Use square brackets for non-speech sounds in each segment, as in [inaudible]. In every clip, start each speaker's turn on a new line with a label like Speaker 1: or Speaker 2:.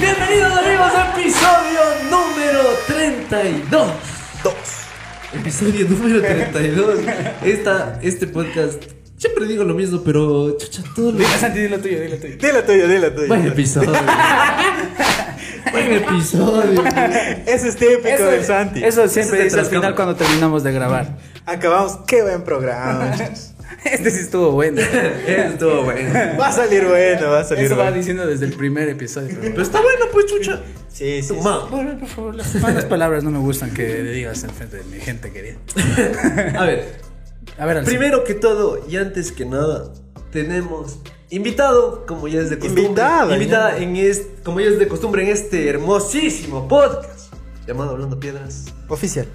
Speaker 1: Bienvenidos amigos, episodio número 32. Episodio número 32. Esta, este podcast, siempre digo lo mismo, pero chucha, todo lo
Speaker 2: Dile, [laughs] Santi, dilo tuyo, dilo tuyo.
Speaker 3: Dile tuyo, dile tuyo.
Speaker 1: Buen episodio. Buen episodio.
Speaker 3: Ese es típico del
Speaker 2: es-
Speaker 3: Santi.
Speaker 2: eso
Speaker 1: Eso
Speaker 2: siempre
Speaker 1: es
Speaker 2: dice al
Speaker 1: detrás
Speaker 2: final
Speaker 1: cámara.
Speaker 2: cuando terminamos de grabar.
Speaker 3: Acabamos. Qué buen programa. muchachos.
Speaker 2: Este sí estuvo [laughs] bueno.
Speaker 1: Estuvo bueno.
Speaker 3: va a salir bueno, va a salir
Speaker 2: Eso va
Speaker 3: bueno.
Speaker 2: diciendo desde el primer episodio. pero-
Speaker 1: [laughs] Pero está bueno, pues, chucha.
Speaker 3: Sí, sí. sí.
Speaker 1: Toma.
Speaker 2: Bueno, por favor, las malas palabras no me gustan que le digas enfrente de mi gente querida.
Speaker 1: A ver,
Speaker 2: A ver, Alcina.
Speaker 1: primero que todo y antes que nada, tenemos invitado, como ya es de costumbre.
Speaker 3: Invitada,
Speaker 1: Invitada
Speaker 3: ya.
Speaker 1: en este, como ya es de costumbre, en este hermosísimo podcast llamado Hablando Piedras.
Speaker 3: [laughs] Oficial.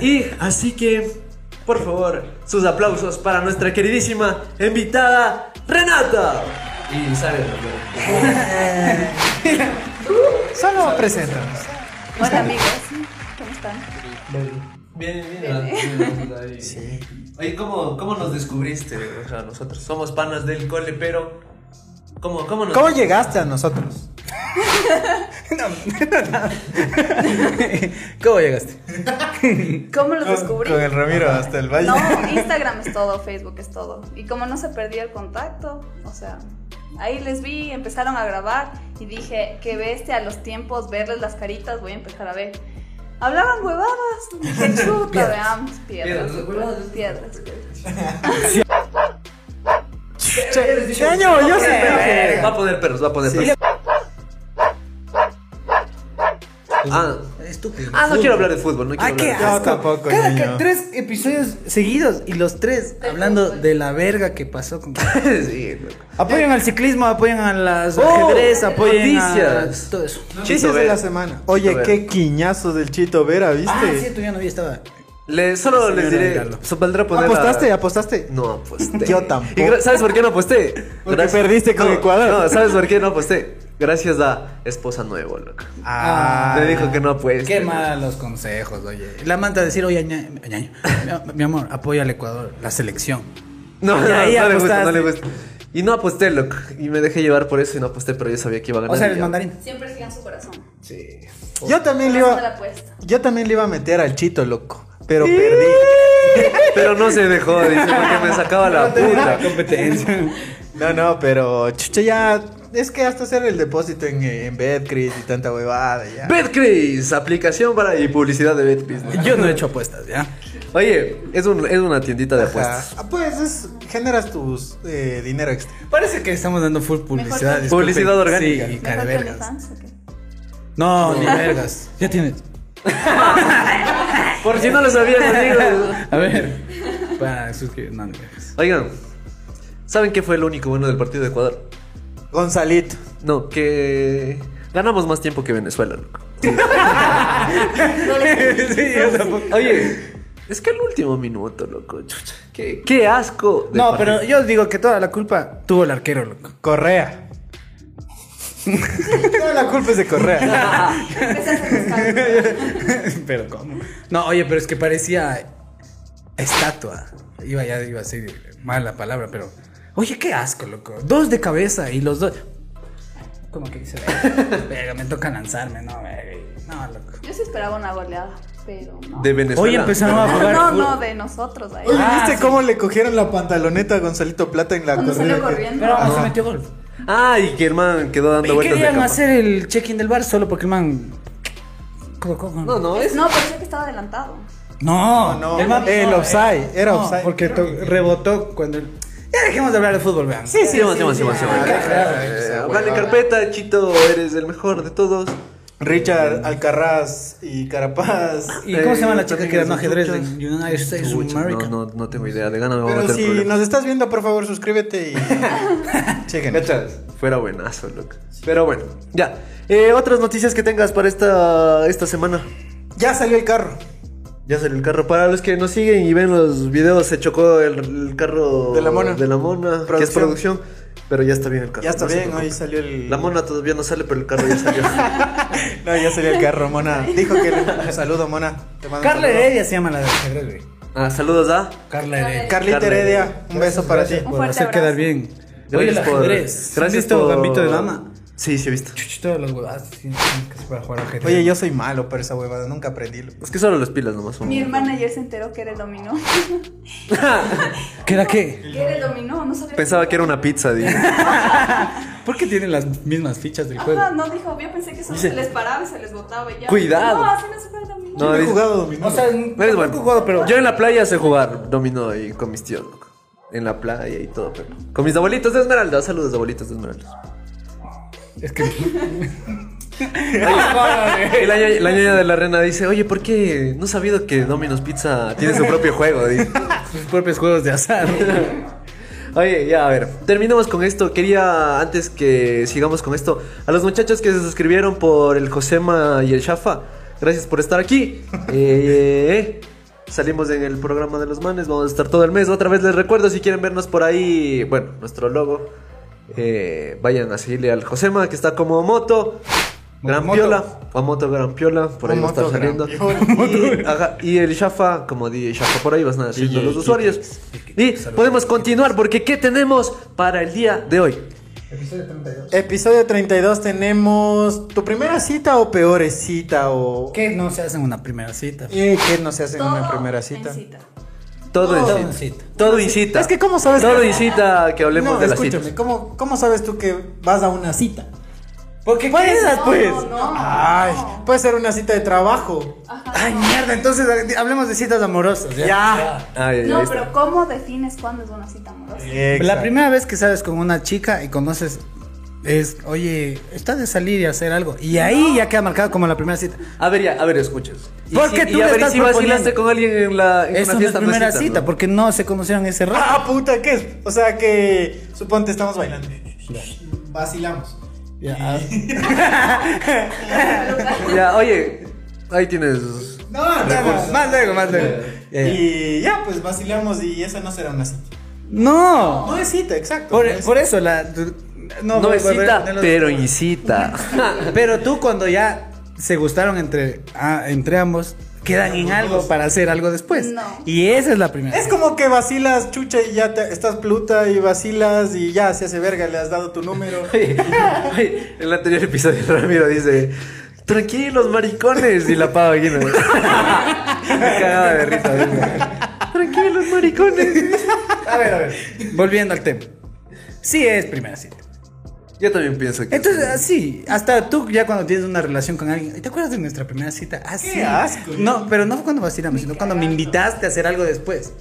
Speaker 1: Y así que, por favor, sus aplausos para nuestra queridísima invitada Renata. Y sale Renata.
Speaker 3: Solo preséntanos.
Speaker 4: Hola amigos, ¿cómo están?
Speaker 1: Bien, bien, bien, bien. Sí. Oye, ¿cómo, ¿cómo nos descubriste? O sea, nosotros somos panas del cole, pero ¿cómo, cómo nos
Speaker 3: ¿Cómo llegaste a nosotros?
Speaker 2: ¿Cómo llegaste?
Speaker 4: ¿Cómo los
Speaker 3: Con
Speaker 4: descubrí?
Speaker 3: el Ramiro hasta el valle.
Speaker 4: No,
Speaker 3: [laughs]
Speaker 4: Instagram es todo, Facebook es todo. Y como no se perdía el contacto, o sea, ahí les vi, empezaron a grabar y dije, qué bestia, a los tiempos, verles las caritas, voy a empezar a ver. Hablaban huevadas, dije, chuta, veamos, piedras,
Speaker 1: Piedras, huevadas.
Speaker 4: piedras, piedras.
Speaker 3: Cheño, yo sí.
Speaker 1: Va a poner perros, va a poner
Speaker 3: Sí.
Speaker 1: perros. Ah,
Speaker 2: Estúpido.
Speaker 1: ah, no quiero hablar de fútbol, no quiero
Speaker 2: Ah, qué
Speaker 1: hablar de
Speaker 3: Yo
Speaker 2: asco.
Speaker 3: tampoco,
Speaker 2: Cada que-
Speaker 3: niño.
Speaker 2: tres episodios seguidos y los tres
Speaker 4: Del
Speaker 2: hablando
Speaker 4: fútbol.
Speaker 2: de la verga que pasó con.
Speaker 1: [laughs] Sí, güey.
Speaker 2: Apoyan al ciclismo, apoyan a las
Speaker 1: Oh,
Speaker 2: ajedrez, apoyen
Speaker 1: noticias.
Speaker 2: a todo eso.
Speaker 1: Chito
Speaker 3: Noticias de
Speaker 1: Vera.
Speaker 3: la semana. Oye,
Speaker 1: Vera.
Speaker 3: qué quiñazo del Chito Vera, ¿viste?
Speaker 2: Ah, cierto, ya no vi, estaba.
Speaker 1: Le, solo
Speaker 2: Señora
Speaker 1: les diré,
Speaker 2: Galo.
Speaker 1: so- valdrá poner la-
Speaker 3: ¿Apostaste? ¿Apostaste?
Speaker 1: No aposté.
Speaker 3: Yo tampoco.
Speaker 1: Y gra- ¿Sabes por qué no aposté?
Speaker 3: Porque perdiste con
Speaker 1: No,
Speaker 3: Ecuador.
Speaker 1: No, ¿sabes por qué no aposté? Gracias a esposa nuevo, loco.
Speaker 3: Ah.
Speaker 1: Me dijo que no apueste.
Speaker 2: Qué malos consejos, oye. La manta decir, oye, ña- ñaño, mi- mi amor, apoya al Ecuador, la selección.
Speaker 1: No, no,
Speaker 2: Y ahí
Speaker 1: no le gusta, no
Speaker 2: apostaste.
Speaker 1: le gusta. Y no aposté, loco. Y me dejé llevar por eso y no aposté, pero yo sabía que iba a ganar.
Speaker 2: O sea,
Speaker 1: y
Speaker 2: el
Speaker 1: ya.
Speaker 2: mandarín.
Speaker 4: Siempre sigan su corazón.
Speaker 1: Sí.
Speaker 3: Yo también le
Speaker 4: Corazón de la
Speaker 3: iba.
Speaker 4: apuesta.
Speaker 3: Yo también le iba a meter al Chito, loco. Pero perdí.
Speaker 1: Pero no se dejó, dice, porque me sacaba la puta.
Speaker 2: competencia.
Speaker 3: [laughs] No, no, pero chucha, ya. Es que hasta hacer el depósito en, en Betcris y tanta huevada ya.
Speaker 1: Betcris, aplicación para y publicidad de Betcris. ¿no?
Speaker 2: Yo no he hecho apuestas, ¿ya?
Speaker 1: Oye, es, un- es una tiendita de
Speaker 3: Ajá.
Speaker 1: apuestas.
Speaker 3: Ah, pues es, generas tus eh, dinero extra.
Speaker 2: Parece que estamos dando full publicidad.
Speaker 4: Mejor-
Speaker 2: disculpen.
Speaker 1: Publicidad orgánica.
Speaker 2: Sí, y
Speaker 4: ¿Mejor que
Speaker 2: vergas.
Speaker 4: OnlyFans o qué?
Speaker 2: No, ni vergas. Ya tienes.
Speaker 1: Por si no lo sabían, amigos. [laughs]
Speaker 2: A ver. Para suscribir. No, ni vergas.
Speaker 1: Oigan, ¿saben qué fue lo único bueno del partido de Ecuador?
Speaker 3: Gonzalito.
Speaker 1: No, que ganamos más tiempo que Venezuela, loco.
Speaker 4: No
Speaker 2: [laughs]
Speaker 4: les-
Speaker 2: Sí,
Speaker 4: [laughs]
Speaker 2: yo tampoco.
Speaker 1: Oye, es que el último minuto, loco. chucha, qué, qué asco. de
Speaker 2: No,
Speaker 1: partido.
Speaker 2: pero yo digo que toda la culpa tuvo el arquero, loco. [laughs]
Speaker 3: Correa. Toda la culpa es de
Speaker 2: Ah,
Speaker 3: Correa.
Speaker 4: Empecé a hacer descargos.
Speaker 2: [laughs] pero ¿cómo? No, oye, pero es que parecía estatua. Iba ya, iba a ser mala palabra, pero. Oye, qué asco, loco. Dos de cabeza y los dos. Como que dice, [laughs] "Verga, verga, me toca lanzarme, no, verga. No, loco.
Speaker 4: Yo sí esperaba una goleada, pero no.
Speaker 1: De Venezuela.
Speaker 2: Hoy empezaron a jugar.
Speaker 4: No,
Speaker 2: fútbol.
Speaker 4: no, de nosotros ahí.
Speaker 3: Oye,
Speaker 2: Ah,
Speaker 3: ¿viste
Speaker 2: sí.
Speaker 3: cómo le cogieron la pantaloneta a Gonzalito Plata en la
Speaker 4: Cuando salió
Speaker 3: corrida? que-
Speaker 4: corriendo.
Speaker 1: Ah,
Speaker 2: Pero no
Speaker 3: Ajá.
Speaker 2: se metió gol.
Speaker 1: Ay, que el man quedó dando
Speaker 2: Y
Speaker 1: vueltas de
Speaker 2: querían
Speaker 1: cama.
Speaker 2: hacer el check-in del bar solo porque el man. ¿Cómo, cómo?
Speaker 1: No, no, es.
Speaker 4: No, parecía que estaba adelantado.
Speaker 2: No,
Speaker 3: No, no,
Speaker 2: el, man-
Speaker 3: el
Speaker 2: no, eh,
Speaker 3: offside, era
Speaker 2: no,
Speaker 3: offside.
Speaker 2: Porque to- rebotó cuando. el- Ya dejemos de hablar de fútbol, vean.
Speaker 1: Sí, sí, vamos, vamos, vamos, vamos. Eh, Vale, carpeta, Chito, eres el mejor de todos.
Speaker 3: Richard Alcaraz y Carapaz.
Speaker 2: ¿Y cómo se llama la
Speaker 1: Eh,
Speaker 2: chica que ganó ajedrez de
Speaker 1: chuchas.
Speaker 2: United
Speaker 3: Este
Speaker 2: States of
Speaker 1: Chucha,
Speaker 2: America?
Speaker 1: No, no, no tengo idea. De gana me voy a
Speaker 3: Pero
Speaker 1: meter
Speaker 3: si
Speaker 1: problemas.
Speaker 3: nos estás viendo, por favor,
Speaker 2: [laughs]
Speaker 3: suscríbete y chequen.
Speaker 1: Cachas, fuera buenazo, loco. Pero bueno, ya. Eh, otras noticias que tengas para esta, esta semana.
Speaker 3: Ya salió el carro
Speaker 1: Ya salió el carro. Para los que nos siguen y ven los videos, se chocó el, el carro
Speaker 3: De la mona.
Speaker 1: de la mona, que es
Speaker 3: Producción.
Speaker 1: producción. Pero ya está bien el carro.
Speaker 3: Ya está
Speaker 1: no se
Speaker 3: bien, hoy
Speaker 1: preocupen.
Speaker 3: salió el.
Speaker 1: La mona todavía no sale, pero el carro ya salió.
Speaker 3: [laughs] No, ya salió el carro, Mona. Dijo que le saludo, Mona. Te mando un
Speaker 2: Carla
Speaker 3: saludo.
Speaker 2: Heredia se llama la de ajedrez, güey.
Speaker 1: ah, saludos a.
Speaker 2: Carla Heredia.
Speaker 3: Carlita
Speaker 1: Carla
Speaker 3: Heredia, un beso para ti.
Speaker 4: Un
Speaker 2: Por
Speaker 4: fuerte
Speaker 2: hacer
Speaker 4: abrazo.
Speaker 2: quedar bien.
Speaker 1: Gracias
Speaker 2: Oye, el
Speaker 1: por-
Speaker 2: ajedrez. ¿Has
Speaker 1: gracias
Speaker 2: visto
Speaker 1: por-
Speaker 2: Gambito de Dama?
Speaker 1: Sí, sí he visto.
Speaker 2: Chuch, todas las huevadas sí, tienes que para jugar ajedrez.
Speaker 3: Oye, yo soy malo para esa huevada, nunca aprendí. loco.
Speaker 1: Es que solo los pilas nomás son.
Speaker 4: Mi hermana ayer se enteró que era el dominó.
Speaker 2: ¿Qué era qué?
Speaker 4: [laughs] que era el dominó, no
Speaker 1: [laughs]
Speaker 4: sabía.
Speaker 1: Pensaba que era una pizza, [laughs] digo.
Speaker 2: ¿Por qué tienen las mismas fichas del
Speaker 4: Ajá,
Speaker 2: juego?
Speaker 4: no dijo, yo pensé que solo se les paraba y se les botaba y ya.
Speaker 1: Cuidado.
Speaker 4: No, así no se puede
Speaker 1: No,
Speaker 4: dominar.
Speaker 3: Yo he
Speaker 1: dice-
Speaker 3: jugado dominó.
Speaker 2: O sea,
Speaker 1: No eres bueno.
Speaker 2: he jugado, pero
Speaker 1: Yo en la playa sé jugar dominó ahí con mis tíos, loco. En la playa y todo, pero. Con mis abuelitos de Esmeralda. Saludos, abuelitos de Esmeralda.
Speaker 2: es que Ay,
Speaker 1: Y la, ña- la ñaña de la rena dice: Oye, ¿por qué no he sabido que Domino's Pizza tiene su propio juego? Dice.
Speaker 2: [laughs] sus propios juegos de azar.
Speaker 1: Oye, ya, a ver, terminamos con esto. Quería, antes que sigamos con esto, a los muchachos que se suscribieron por el Josema y el Shafa, gracias por estar aquí. Eh, salimos en el programa de los manes, vamos a estar todo el mes. Otra vez les recuerdo, si quieren vernos por ahí, bueno, nuestro logo, eh, vayan a seguirle al Josema, que está como moto. Gran
Speaker 3: Moto.
Speaker 1: Piola, o Moto Gran Piola, por ahí va a estar
Speaker 3: Moto Gran
Speaker 1: saliendo. [laughs]
Speaker 3: Piola.
Speaker 1: Y, ajá, y el Shafa, como dije, Shafa, por ahí vas a estar los usuarios. Y podemos continuar porque ¿qué tenemos para el día de hoy?
Speaker 3: Episodio 32 tenemos tu primera cita o peores cita o...
Speaker 2: ¿Qué no se hacen una primera cita?
Speaker 3: Eh, ¿Qué no se hace en
Speaker 4: Todo
Speaker 3: una primera cita?
Speaker 4: en cita.
Speaker 1: Todo
Speaker 2: Todo
Speaker 1: incita.
Speaker 2: incita.
Speaker 1: Todo incita.
Speaker 3: Es que ¿cómo sabes
Speaker 1: Todo
Speaker 3: que-
Speaker 1: incita a que hablemos
Speaker 3: no,
Speaker 1: de la cita.
Speaker 3: escúchame, ¿cómo, ¿cómo sabes tú que vas a una cita?
Speaker 2: Porque
Speaker 3: Puedes,
Speaker 4: No,
Speaker 3: pues.
Speaker 4: no, no.
Speaker 3: Ay, puede ser una cita de trabajo.
Speaker 2: Ay, mierda, entonces hablemos de citas amorosas. Ya.
Speaker 3: Ya.
Speaker 1: Ay, ay,
Speaker 4: No,
Speaker 1: ahí está.
Speaker 4: pero ¿cómo defines cuándo es una cita amorosa? [laughs]
Speaker 2: La primera vez que sales con una chica y conoces es, oye, está de salir y hacer algo. Y ahí ya queda marcado como la primera cita.
Speaker 1: A ver, ya, a ver, escuchas. Y
Speaker 2: Porque
Speaker 1: si-
Speaker 2: tú
Speaker 1: y a
Speaker 2: me
Speaker 1: ver,
Speaker 2: estás
Speaker 1: si vacilaste
Speaker 2: proponiendo.
Speaker 1: con alguien en la en una
Speaker 2: Eso no es
Speaker 1: fiesta,
Speaker 2: primera
Speaker 1: ¿no?
Speaker 2: cita, porque no se conocieron ese rato.
Speaker 3: Ah, puta, ¿qué es? O sea que suponte estamos bailando. Vacilamos.
Speaker 2: Ya. ah.
Speaker 1: Ya, oye, ahí tienes.
Speaker 3: No, no, no, más luego, más luego.
Speaker 2: Ya, ya.
Speaker 3: Y ya, pues vacilamos y esa no será una cita.
Speaker 2: No.
Speaker 3: No es cita, exacto. no
Speaker 2: Por,
Speaker 3: es
Speaker 2: por eso la.
Speaker 1: No,
Speaker 2: voy pues, a
Speaker 1: es cita,
Speaker 2: volver a-
Speaker 1: pero incita.
Speaker 2: [laughs]
Speaker 1: [laughs]
Speaker 2: Pero tú cuando ya se gustaron entre, ah, entre ambos, quedan en algo para hacer algo después.
Speaker 4: No.
Speaker 2: Y esa es la primera.
Speaker 3: Es como que vacilas, chucha, y ya te- estás pluta y vacilas y ya se hace verga, le has dado tu número.
Speaker 1: Oye, oye, en el anterior episodio Ramiro dice, tranquilos maricones, y la pava aquí [laughs] ¿no? Me cagaba de risa. ¿no? Tranquilos maricones.
Speaker 2: A ver, a ver. Volviendo al tema. Sí es primera cita.
Speaker 1: Yo también pienso que...
Speaker 2: Entonces, así, hasta tú ya cuando tienes una relación con alguien, ¿te acuerdas de nuestra primera cita? Así.
Speaker 3: Qué asco.
Speaker 2: No, pero no fue cuando vacilamos, sino cuando me invitaste a hacer algo después.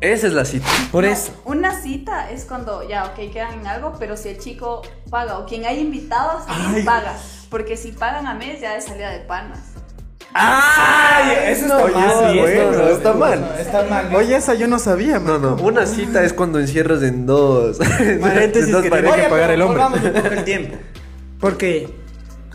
Speaker 1: Esa es la cita.
Speaker 2: Por
Speaker 4: No,
Speaker 2: eso.
Speaker 4: Una cita es cuando ya, ok, quedan en algo, pero si el chico paga o quien haya invitado a salir
Speaker 3: Ay.
Speaker 4: paga. Porque si pagan a mes ya es salida de panas.
Speaker 2: ¡Ay! Eso está
Speaker 3: Oye,
Speaker 2: mal,
Speaker 3: eso
Speaker 2: sí,
Speaker 1: bueno,
Speaker 2: eso-
Speaker 1: está mal.
Speaker 3: Está mal. Oye, esa yo no sabía,
Speaker 1: No, no, una cita es cuando encierras en dos... [laughs] en
Speaker 3: Paréntesis
Speaker 1: dos
Speaker 3: que
Speaker 1: parejas.
Speaker 3: tiene que pagar el hombre.
Speaker 2: Volvamos un poco el tiempo. Porque,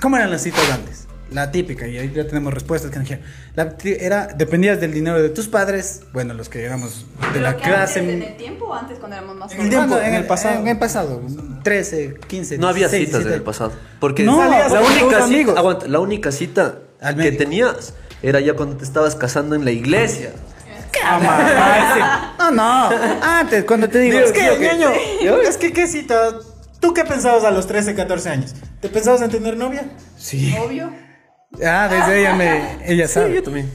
Speaker 2: ¿cómo eran las citas antes? La típica, y ahí ya tenemos respuestas que nos dijeron. La ti- era, dependías del dinero de tus padres, bueno, los que éramos de
Speaker 4: Pero
Speaker 2: la
Speaker 4: que
Speaker 2: clase.
Speaker 4: Antes, ¿En el tiempo o antes cuando éramos más
Speaker 3: el
Speaker 4: jóvenes?
Speaker 3: tiempo,
Speaker 2: Cuando-
Speaker 3: Ah, en el pasado.
Speaker 2: En el pasado, 13, 15,
Speaker 1: No había
Speaker 2: 16,
Speaker 1: citas en el
Speaker 2: 17.
Speaker 1: pasado. Porque
Speaker 2: No,
Speaker 1: la,
Speaker 2: salías
Speaker 3: con tus
Speaker 1: única cita,
Speaker 3: amigos.
Speaker 1: aguanta, la única cita
Speaker 2: Al
Speaker 1: que
Speaker 2: médico.
Speaker 1: tenías era ya cuando te estabas casando en la iglesia.
Speaker 2: No, Ah, no, antes, cuando te digo.
Speaker 3: Es que,
Speaker 2: [laughs]
Speaker 3: ñaño, es que qué cita. ¿Tú qué pensabas a los 13, 14 años? ¿Te pensabas en tener novia?
Speaker 2: Sí.
Speaker 4: Obvio.
Speaker 2: Ah, desde ella me. Ella
Speaker 1: Sí,
Speaker 2: sabe.
Speaker 1: yo también.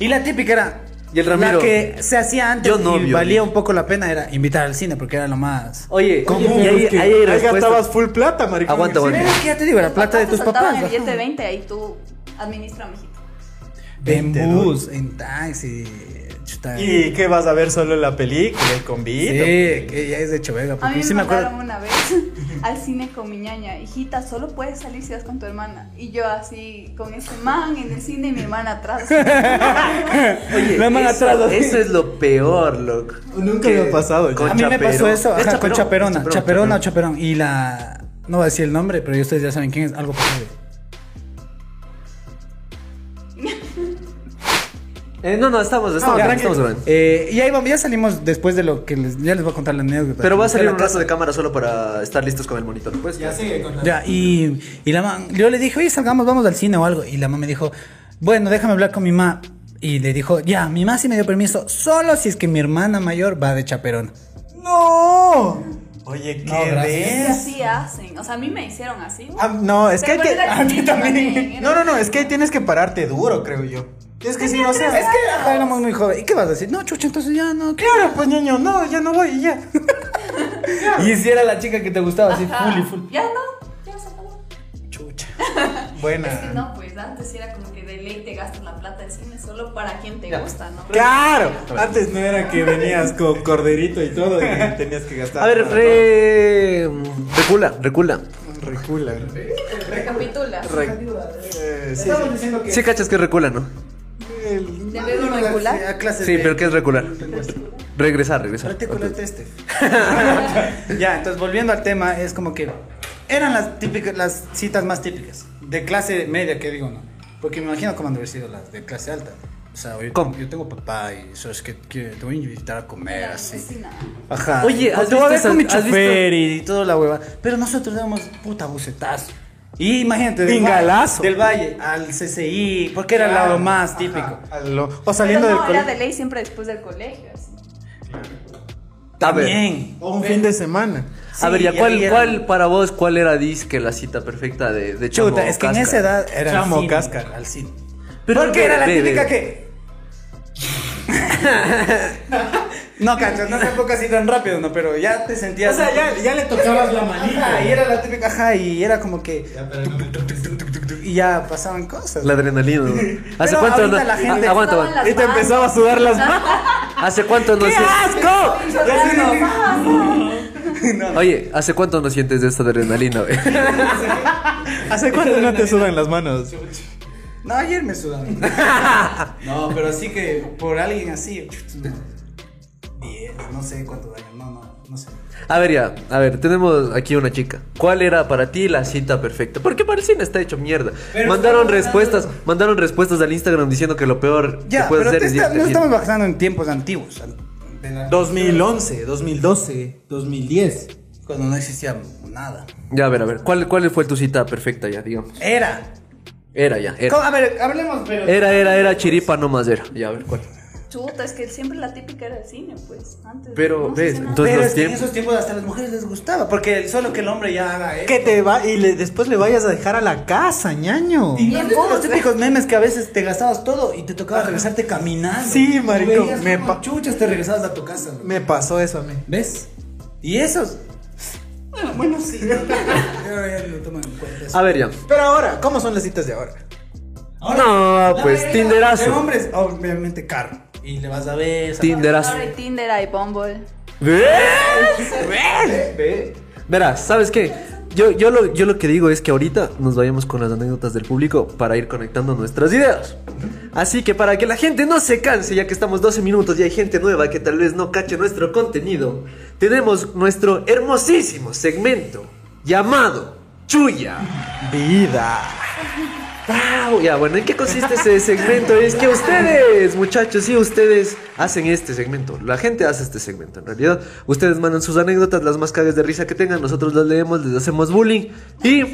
Speaker 2: Y la típica era.
Speaker 1: Y el Ramiro.
Speaker 2: La que se hacía antes
Speaker 1: Yo novio,
Speaker 2: y valía
Speaker 1: digo.
Speaker 2: un poco la pena era invitar al cine porque era lo más.
Speaker 1: Oye,
Speaker 2: Común,
Speaker 1: y ahí,
Speaker 2: es que
Speaker 1: ahí hay
Speaker 3: Ahí
Speaker 1: respuesta.
Speaker 3: gastabas full plata, maricón.
Speaker 1: Aguanta,
Speaker 3: Sí.
Speaker 2: Pero es que ya te digo, la plata de
Speaker 4: Te
Speaker 2: tus
Speaker 4: soltaban
Speaker 2: papás.
Speaker 4: el billete de 20 ahí tú administra, mijito.
Speaker 2: En
Speaker 3: Te
Speaker 2: bus, en taxi. Chuta.
Speaker 3: ¿Y qué vas a ver solo la película, el
Speaker 2: Sí,
Speaker 3: convito?
Speaker 2: que ya es de Chovega.
Speaker 4: A mí
Speaker 2: Porque
Speaker 4: me
Speaker 2: sí me
Speaker 4: mandaron
Speaker 2: acuerdo.
Speaker 4: una vez [laughs] al cine con mi ñaña, hijita, solo puedes salir si vas con tu hermana. Y yo así, con ese man en el cine y mi hermana
Speaker 2: [laughs]
Speaker 4: atrás.
Speaker 1: Oye,
Speaker 2: La mano atrás,
Speaker 1: eso,
Speaker 2: así.
Speaker 1: eso es lo peor, loco.
Speaker 3: Nunca me ha pasado,
Speaker 2: A mí me pasó eso ajá, con Chaperona. Chaperona, o
Speaker 1: chaperón.
Speaker 2: Chaperón. Y la. No voy a decir el nombre, pero ustedes ya saben quién es. Algo posible.
Speaker 1: Eh, no, no, estamos, estamos,
Speaker 2: Ya,
Speaker 1: bien,
Speaker 2: tranquilo.
Speaker 1: estamos hablando.
Speaker 2: Eh, y ahí vamos, ya salimos después de lo que les, ya les voy a contar la anécdota.
Speaker 1: Pero va a salir
Speaker 2: Ya
Speaker 1: un
Speaker 2: la
Speaker 1: rato de cámara solo para estar listos con el monitor. Pues ya sí.
Speaker 2: casa- Ya, y, y la man, yo le dije, oye, salgamos, vamos al cine o algo. Y la mamá me dijo, bueno, déjame hablar con mi mamá. Y le dijo, ya, mi mamá sí me dio permiso, solo si es que mi hermana mayor va de chaperona.
Speaker 3: ¡No! Oye,
Speaker 2: No,
Speaker 3: qué
Speaker 2: gracias.
Speaker 4: Es que
Speaker 3: ves.
Speaker 4: así hacen. O sea, a mí me hicieron así. güey.
Speaker 3: Ah, no, es que hay
Speaker 4: Pero
Speaker 3: que. [laughs]
Speaker 4: era
Speaker 3: A ti
Speaker 4: chiquito
Speaker 3: también.
Speaker 4: también.
Speaker 3: No, no, no, es que ahí tienes que pararte duro, creo yo. Tienes que decir, o sea.
Speaker 2: Es que ajá, éramos muy jóvenes. ¿Y qué vas a decir? No, chucha, entonces ya no.
Speaker 3: Claro, pues ñoño, no, ya no voy, y ya.
Speaker 2: Y si era la chica que te gustaba, así,
Speaker 4: Ajá.
Speaker 2: full y full.
Speaker 4: Ya no, ya se acabó.
Speaker 3: Chucha.
Speaker 4: [laughs] Es que
Speaker 3: Buena.
Speaker 4: no, pues antes era como que de ley te gastas la plata en cine solo para quien te gusta, ¿no?
Speaker 3: Claro.
Speaker 5: Antes no era que venías con corderito y todo y tenías que gastar.
Speaker 1: A ver,
Speaker 5: para
Speaker 1: re... recula, recula.
Speaker 3: Recula.
Speaker 4: Recapitula.
Speaker 3: Eh, sí,
Speaker 5: Estamos
Speaker 3: sí.
Speaker 5: diciendo que
Speaker 1: Sí cachas que es recula, ¿no?
Speaker 3: El-
Speaker 4: ¿De verbo regular?
Speaker 3: A clases
Speaker 1: Sí,
Speaker 3: de-
Speaker 1: pero ¿qué es recular? Regresar, regresar.
Speaker 3: Artículo este.
Speaker 2: [laughs] Ya, entonces volviendo al tema, es como que eran las típicas, las citas más típicas, de clase media, que digo, ¿no? Porque me imagino cómo han de haber sido las de clase alta. O sea, yo,
Speaker 1: ¿Cómo?
Speaker 2: yo tengo papá y sabes que, que te voy a invitar a comer,
Speaker 4: La
Speaker 2: así.
Speaker 4: cocina.
Speaker 2: Ajá.
Speaker 1: Oye,
Speaker 2: O
Speaker 1: ¿has
Speaker 2: te voy
Speaker 1: visto
Speaker 2: a ver
Speaker 1: esa-
Speaker 2: con mi
Speaker 1: has visto-
Speaker 2: chofer y toda la hueva. Pero nosotros damos puta bucetazo. Y imagínate, del,
Speaker 5: Pingalazo.
Speaker 2: del Valle al CCI, porque era
Speaker 3: Claro.
Speaker 2: lo más
Speaker 3: Ajá.
Speaker 2: típico.
Speaker 3: A lo- O saliendo
Speaker 4: Pero no,
Speaker 3: del
Speaker 4: era
Speaker 3: colegio.
Speaker 4: de ley siempre después del colegio. así.
Speaker 1: A ver.
Speaker 2: También.
Speaker 3: O un fin de semana.
Speaker 1: A ver,
Speaker 2: Sí,
Speaker 1: ya,
Speaker 2: y
Speaker 1: ¿cuál,
Speaker 2: ahí era-
Speaker 1: cuál para vos, cuál era disque la cita perfecta de, de Chamo
Speaker 2: Chuta, es que en
Speaker 1: Cáscara?
Speaker 2: esa edad era el
Speaker 5: Chamo
Speaker 2: cine,
Speaker 5: Cáscara.
Speaker 2: al cine.
Speaker 1: Pero
Speaker 2: Porque
Speaker 1: ve,
Speaker 2: era la
Speaker 1: ve,
Speaker 2: típica
Speaker 1: ve.
Speaker 2: que. no, canchas, no tampoco así tan rápido, no, pero ya te sentías.
Speaker 5: ya le tocabas la
Speaker 2: Ajá, y era la típica, ajá, y era como que.
Speaker 5: Ya, pero no me toques.
Speaker 2: Y ya pasaban cosas.
Speaker 1: La adrenalina.
Speaker 2: [laughs]
Speaker 1: ¿no? ¿Hace
Speaker 2: Pero
Speaker 1: cuánto no?
Speaker 2: ahorita la gente-
Speaker 1: Ah, aguanta,
Speaker 4: Estaban
Speaker 1: aguanta.
Speaker 4: las
Speaker 5: Y te
Speaker 4: manos.
Speaker 5: empezaba a sudar las
Speaker 1: ¿Hace cuánto no sientes?
Speaker 5: ¡Asco!
Speaker 2: [laughs]
Speaker 4: Ya se- ah,
Speaker 1: Oye, ¿hace cuánto no sientes de esta adrenalina? güey?
Speaker 2: ¿eh?
Speaker 3: ¿Hace cuánto no te sudan las manos?
Speaker 2: No, ayer me sudaban. [laughs] no, pero así que por alguien así. 10, no sé cuánto daño, no, no, no sé.
Speaker 1: A ver, ya, a ver, tenemos aquí una chica. ¿Cuál era para ti la cita perfecta? Porque para el cine está hecho mierda.
Speaker 2: Pero
Speaker 1: mandaron
Speaker 2: estamos
Speaker 1: respuestas, mandaron respuestas al Instagram diciendo que lo peor
Speaker 2: Ya,
Speaker 1: que puedes
Speaker 2: pero
Speaker 1: hacer
Speaker 2: te
Speaker 1: es
Speaker 2: está-
Speaker 1: irte
Speaker 2: no
Speaker 1: al cine.
Speaker 2: estamos bajando en tiempos antiguos. de la-
Speaker 5: 2011, 2012, 2010.
Speaker 2: Cuando no existía nada.
Speaker 1: Ya, a ver, a ver, ¿cuál, ¿cuál fue tu cita perfecta ya, digamos?
Speaker 2: Era.
Speaker 1: Era ya,
Speaker 2: ¿Cómo?
Speaker 1: era.
Speaker 2: A ver, hablemos, pero.
Speaker 1: Era, era, era chiripa nomás era. Ya, a ver, ¿cuál?
Speaker 4: Chuta, es que siempre la típica era el cine, pues. Antes
Speaker 1: Pero,
Speaker 4: no se
Speaker 1: ves,
Speaker 4: hacía nada.
Speaker 1: entonces-
Speaker 2: pero
Speaker 1: los
Speaker 2: es que en
Speaker 1: tiempos-
Speaker 2: esos tiempos hasta a las mujeres les gustaba, porque el- solo que el hombre ya haga eso.
Speaker 3: Que te va y le- después le vayas a dejar a la casa, ñaño.
Speaker 2: Y no has
Speaker 4: Bien,
Speaker 2: visto
Speaker 4: vos,
Speaker 2: los
Speaker 4: eh.
Speaker 2: típicos memes que a veces te gastabas todo y te tocaba regresarte caminando.
Speaker 3: Sí, marico,
Speaker 2: Tú veías
Speaker 3: me
Speaker 2: cómo
Speaker 3: pa-
Speaker 2: chuchas te regresabas a tu casa. ¿no?
Speaker 3: Me pasó eso a mí.
Speaker 2: ¿Ves? Y esos. Bueno, bueno, [laughs] sí. ¿no? Yo ya no tomo en cuenta eso.
Speaker 1: A ver, ya.
Speaker 3: Pero ahora, ¿cómo son las citas de ahora?
Speaker 1: No,
Speaker 2: la
Speaker 1: pues,
Speaker 2: mayoría
Speaker 1: Tinderazo.
Speaker 2: De hombres, obviamente, caro. Y le vas a ver.
Speaker 1: Tinderazo.
Speaker 4: Ahora hay Tinder, hay Bumble.
Speaker 1: ¿Ves? Verás, ¿sabes qué? Yo, yo, lo, yo lo que digo es que ahorita nos vayamos con las anécdotas del público para ir conectando nuestras ideas. Así que para que la gente no se canse, ya que estamos 12 minutos y hay gente nueva que tal vez no cache nuestro contenido, tenemos nuestro hermosísimo segmento llamado Chuya.
Speaker 3: Vida.
Speaker 1: ¡Wow! Ya, bueno, ¿en qué consiste ese segmento? Es que ustedes, muchachos, sí, ustedes hacen este segmento. La gente hace este segmento, en realidad. Ustedes mandan sus anécdotas, las más cagas de risa que tengan. Nosotros las leemos, les hacemos bullying y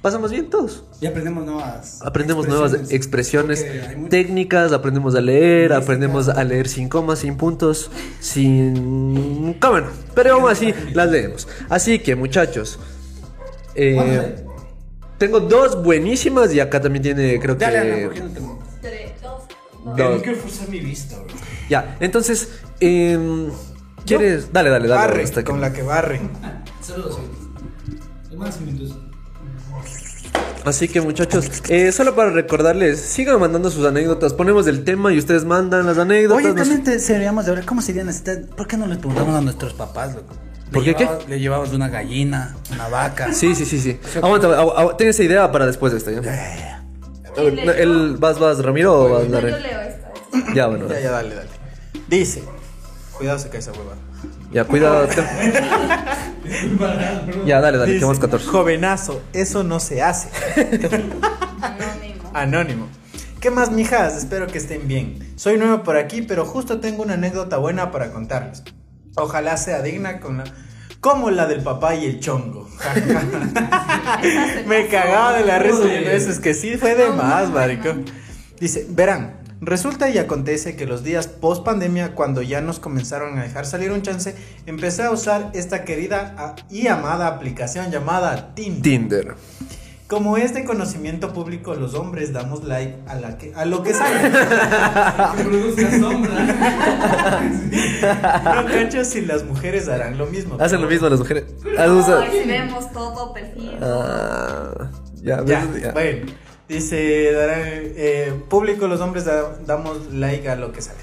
Speaker 1: pasamos bien todos.
Speaker 2: Y aprendemos nuevas.
Speaker 1: Aprendemos nuevas expresiones
Speaker 2: Porque hay mucho-
Speaker 1: técnicas, aprendemos a leer, aprendemos a leer sin comas, sin puntos, sin... ¿Cómo no? Pero aún así las leemos. Así que muchachos, eh, tengo dos buenísimas y acá también tiene creo
Speaker 2: Dale, Ana, ¿por
Speaker 1: que...
Speaker 2: qué no te
Speaker 4: Tres, dos, dos.
Speaker 1: dos.
Speaker 2: No quiero forzar mi vista, bro.
Speaker 1: Ya, entonces, em, ¿quieres? Dale, dale, dale.
Speaker 3: Barre,
Speaker 1: hasta que-
Speaker 3: con la que barre.
Speaker 5: Saludos. Más minutos.
Speaker 1: Así que muchachos, eh, solo para recordarles, sigan mandando sus anécdotas, ponemos el tema y ustedes mandan las anécdotas.
Speaker 2: Oye,
Speaker 1: nos-
Speaker 2: también te seríamos de ahora, ¿cómo serían las citas? ¿Por qué no les preguntamos a nuestros papás, loco? Le
Speaker 1: ¿Por qué qué?
Speaker 2: llevabas- Le llevabas una gallina, una [laughs] vaca.
Speaker 1: Sí, sí, sí, sí. Aguanta, agu- agu- ten esa idea para después de esta, ¿ya? A ver,
Speaker 4: ¿Quién leyó?
Speaker 1: el- ¿Vas, vas, Ramiro o vas,
Speaker 4: No,
Speaker 1: Darren?
Speaker 4: yo leo esta. esta.
Speaker 1: Ya, bueno,
Speaker 3: Ya, ya, dale, dale. Dice. Cuidado se cae esa hueva.
Speaker 1: ya, cuidado. ya, dale, dale, que vamos 14.
Speaker 3: Jovenazo, eso no se hace.
Speaker 4: Anónimo.
Speaker 3: Ah, Anónimo. ¿Qué más, mijas? Espero que estén bien. Soy nuevo por aquí, pero justo tengo una anécdota buena para contarles. Ojalá sea digna con la... como la del papá y el chongo. [laughs] Me cagaba de la risa
Speaker 5: Joder.
Speaker 3: de veces que sí fue de más, marico. Dice, verán, Resulta y acontece que los días post pandemia, cuando ya nos comenzaron a dejar salir un chance, empecé a usar esta querida ah, y amada aplicación llamada Tinder.
Speaker 1: Tinder.
Speaker 3: Como es de conocimiento público, los hombres damos like a, la que, a lo que sale.
Speaker 6: Produce sombra.
Speaker 3: No cacho si las mujeres harán lo mismo.
Speaker 1: Hacen lo mismo las mujeres. Ah,
Speaker 4: No,
Speaker 1: usa-
Speaker 4: ahí sí vemos todo perfil.
Speaker 1: Ah, ya,
Speaker 3: Ya,
Speaker 1: ves, ya.
Speaker 3: bueno. Dice, dará, eh, público, los hombres da- damos like a lo que sale.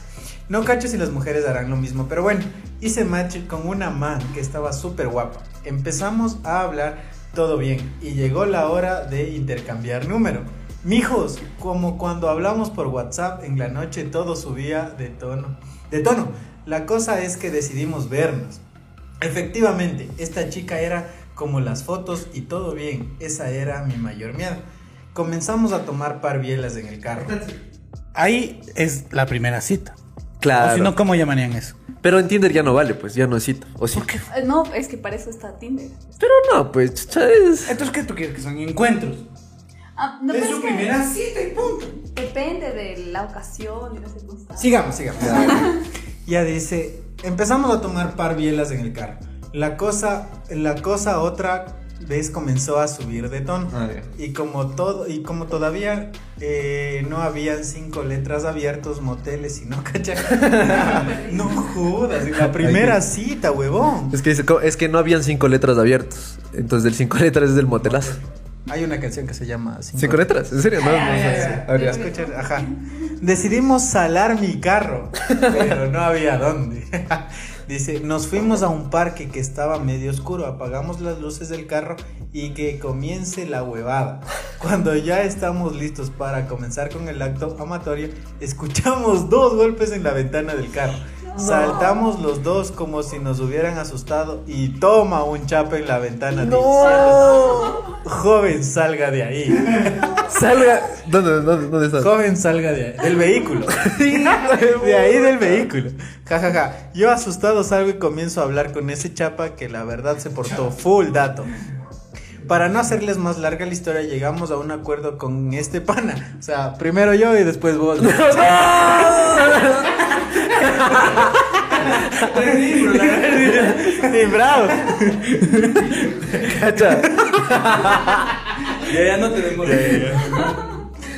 Speaker 3: No cacho si las mujeres harán lo mismo, pero bueno, hice match con una man que estaba súper guapa. Empezamos a hablar todo bien y llegó la hora de intercambiar número. Mijos, como cuando hablamos por WhatsApp en la noche todo subía de tono. De tono, la cosa es que decidimos vernos. Efectivamente, esta chica era como las fotos y todo bien, esa era mi mayor miedo. Comenzamos a tomar par bielas en el carro.
Speaker 2: Ahí es la primera cita. O
Speaker 1: Claro.
Speaker 2: si no, ¿cómo llamarían eso?
Speaker 1: Pero en Tinder ya no vale, pues ya no es cita. ¿O sí?
Speaker 4: Eh, No, es que para eso está Tinder.
Speaker 1: Pero no, pues chucha, es.
Speaker 2: Entonces, ¿qué tú quieres que son encuentros?
Speaker 4: Ah, no,
Speaker 7: es
Speaker 4: pero
Speaker 7: su
Speaker 4: que
Speaker 7: primera cita y punto.
Speaker 4: Depende de la ocasión y las circunstancias.
Speaker 3: Sigamos, sigamos. [laughs] Ya dice, empezamos a tomar par bielas en el carro. La cosa, la cosa otra vez comenzó a subir de tono.
Speaker 7: Ah, ya.
Speaker 3: Y como todo, y como todavía eh, no habían cinco letras abiertos, moteles y no [laughs] cachar. no jodas, la primera cita, huevón.
Speaker 1: Es que, dice, co- es que no habían cinco letras abiertas. Entonces, del cinco letras es del motelazo.
Speaker 3: Hay una canción que se llama Cinco,
Speaker 1: ¿Cinco letras? ¿En serio? No, no, no,
Speaker 3: letras.
Speaker 1: sí. Habría-
Speaker 3: Escuchar, ajá. Decidimos salar mi carro, pero no había dónde. [laughs] Dice, nos fuimos a un parque que estaba medio oscuro, apagamos las luces del carro y que comience la huevada. Cuando ya estamos listos para comenzar con el acto amatorio, escuchamos dos golpes en la ventana del carro. Saltamos los dos como si nos hubieran asustado y toma un chape en la ventana. dice, Joven, salga de ahí.
Speaker 1: Salga. ¿Dónde, dónde, dónde estás?
Speaker 3: Joven, salga de ahí- del [laughs] vehículo. de ahí del vehículo. Ja, ja, ja. Yo asustado salgo y comienzo a hablar con ese chapa que la verdad se portó full dato. Para no hacerles más larga la historia, llegamos a un acuerdo con este pana. O sea, primero yo y después [laughs] vos. Sí, bravo.
Speaker 1: Cacha.
Speaker 7: Ya, ya no te vengo.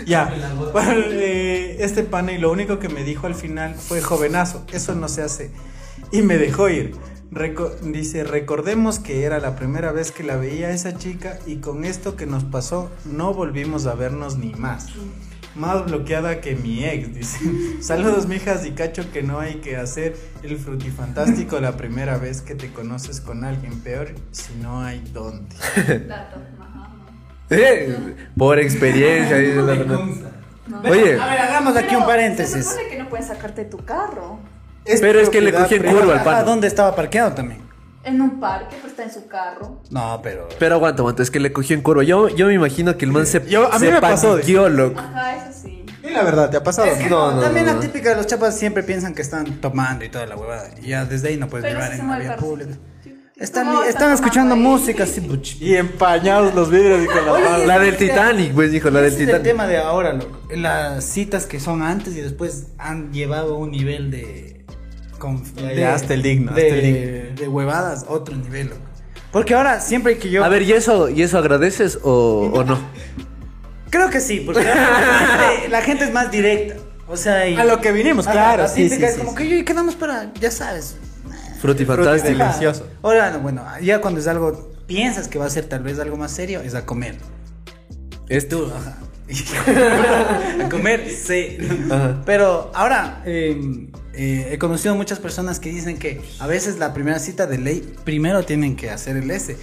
Speaker 3: Ya. Bueno, eh, este pana y lo único que me dijo al final fue jovenazo, eso no se hace. Y me dejó ir. Reco- dice, recordemos que era la primera vez que la veía a esa chica y con esto que nos pasó no volvimos a vernos ni más. Más bloqueada que mi ex, dice. [laughs] Saludos, mijas, y cacho que no hay que hacer el frutifantástico la primera vez que te conoces con alguien peor si no hay dónde.
Speaker 4: Dato, ajá,
Speaker 1: Eh, por experiencia. dice la Renata.
Speaker 4: no. No.
Speaker 1: Oye,
Speaker 2: A ver, hagamos aquí
Speaker 4: Pero
Speaker 2: un paréntesis.
Speaker 4: Se supone que no puedes sacarte tu carro
Speaker 1: pero es que le cogí en curva al
Speaker 2: ¿A
Speaker 1: pano.
Speaker 2: Ah, dónde estaba parqueado también?
Speaker 4: en un parque, pero está en su carro.
Speaker 2: No, pero.
Speaker 1: Pero aguanta, aguanta, es que le cogió en curva. Yo, yo me imagino que el man se,
Speaker 3: Yo- a mí
Speaker 1: se
Speaker 3: me pasó,
Speaker 1: paniqueó, loco.
Speaker 4: Ajá, eso sí.
Speaker 3: Y la verdad, ¿te ha pasado?
Speaker 1: No, no,
Speaker 2: también
Speaker 1: no,
Speaker 2: la
Speaker 1: no.
Speaker 2: típica de los chapas siempre piensan que están tomando y toda la huevada. Y ya desde ahí no puedes
Speaker 4: Pero
Speaker 2: llevar
Speaker 4: si se
Speaker 2: en la
Speaker 4: mueve
Speaker 2: vía
Speaker 4: el carro.
Speaker 2: pública.
Speaker 4: Sí.
Speaker 2: Están,
Speaker 4: No,
Speaker 2: están escuchando
Speaker 4: tomando ahí.
Speaker 2: música así, buch.
Speaker 3: Y empañados los vidrios y con la [laughs] mano.
Speaker 1: La del Titanic, pues dijo, la del
Speaker 2: Ese Este es el
Speaker 1: Titanic.
Speaker 2: tema de ahora, loco. Las citas que son antes y después han llevado a un nivel de. conf-
Speaker 3: Ya,
Speaker 2: de-
Speaker 3: ya, hasta el digno,
Speaker 2: De,
Speaker 3: hasta el digno.
Speaker 2: de huevadas, otro nivel, loco. Porque ahora siempre que yo.
Speaker 1: A ver, ¿y eso, y eso agradeces o, o no?
Speaker 2: Creo que sí, porque ahora la gente- la gente es más directa. O sea, y-
Speaker 3: A lo que vinimos,
Speaker 2: Ajá,
Speaker 3: claro,
Speaker 2: la
Speaker 3: sí,
Speaker 2: típica es
Speaker 3: sí, sí,
Speaker 2: como
Speaker 3: sí.
Speaker 2: que "Oye, quedamos para, ya sabes.
Speaker 1: Frutifantástico.
Speaker 3: Frutidelicioso. Delicioso.
Speaker 2: Ahora, no, bueno, ya cuando es algo, piensas que va a ser tal vez algo más serio, es a comer.
Speaker 1: Es tú.
Speaker 2: Ajá. [laughs] a comer, sí.
Speaker 1: Ajá.
Speaker 2: Pero ahora eh, eh, he conocido muchas personas que dicen que a veces la primera cita de ley primero tienen que hacer el S.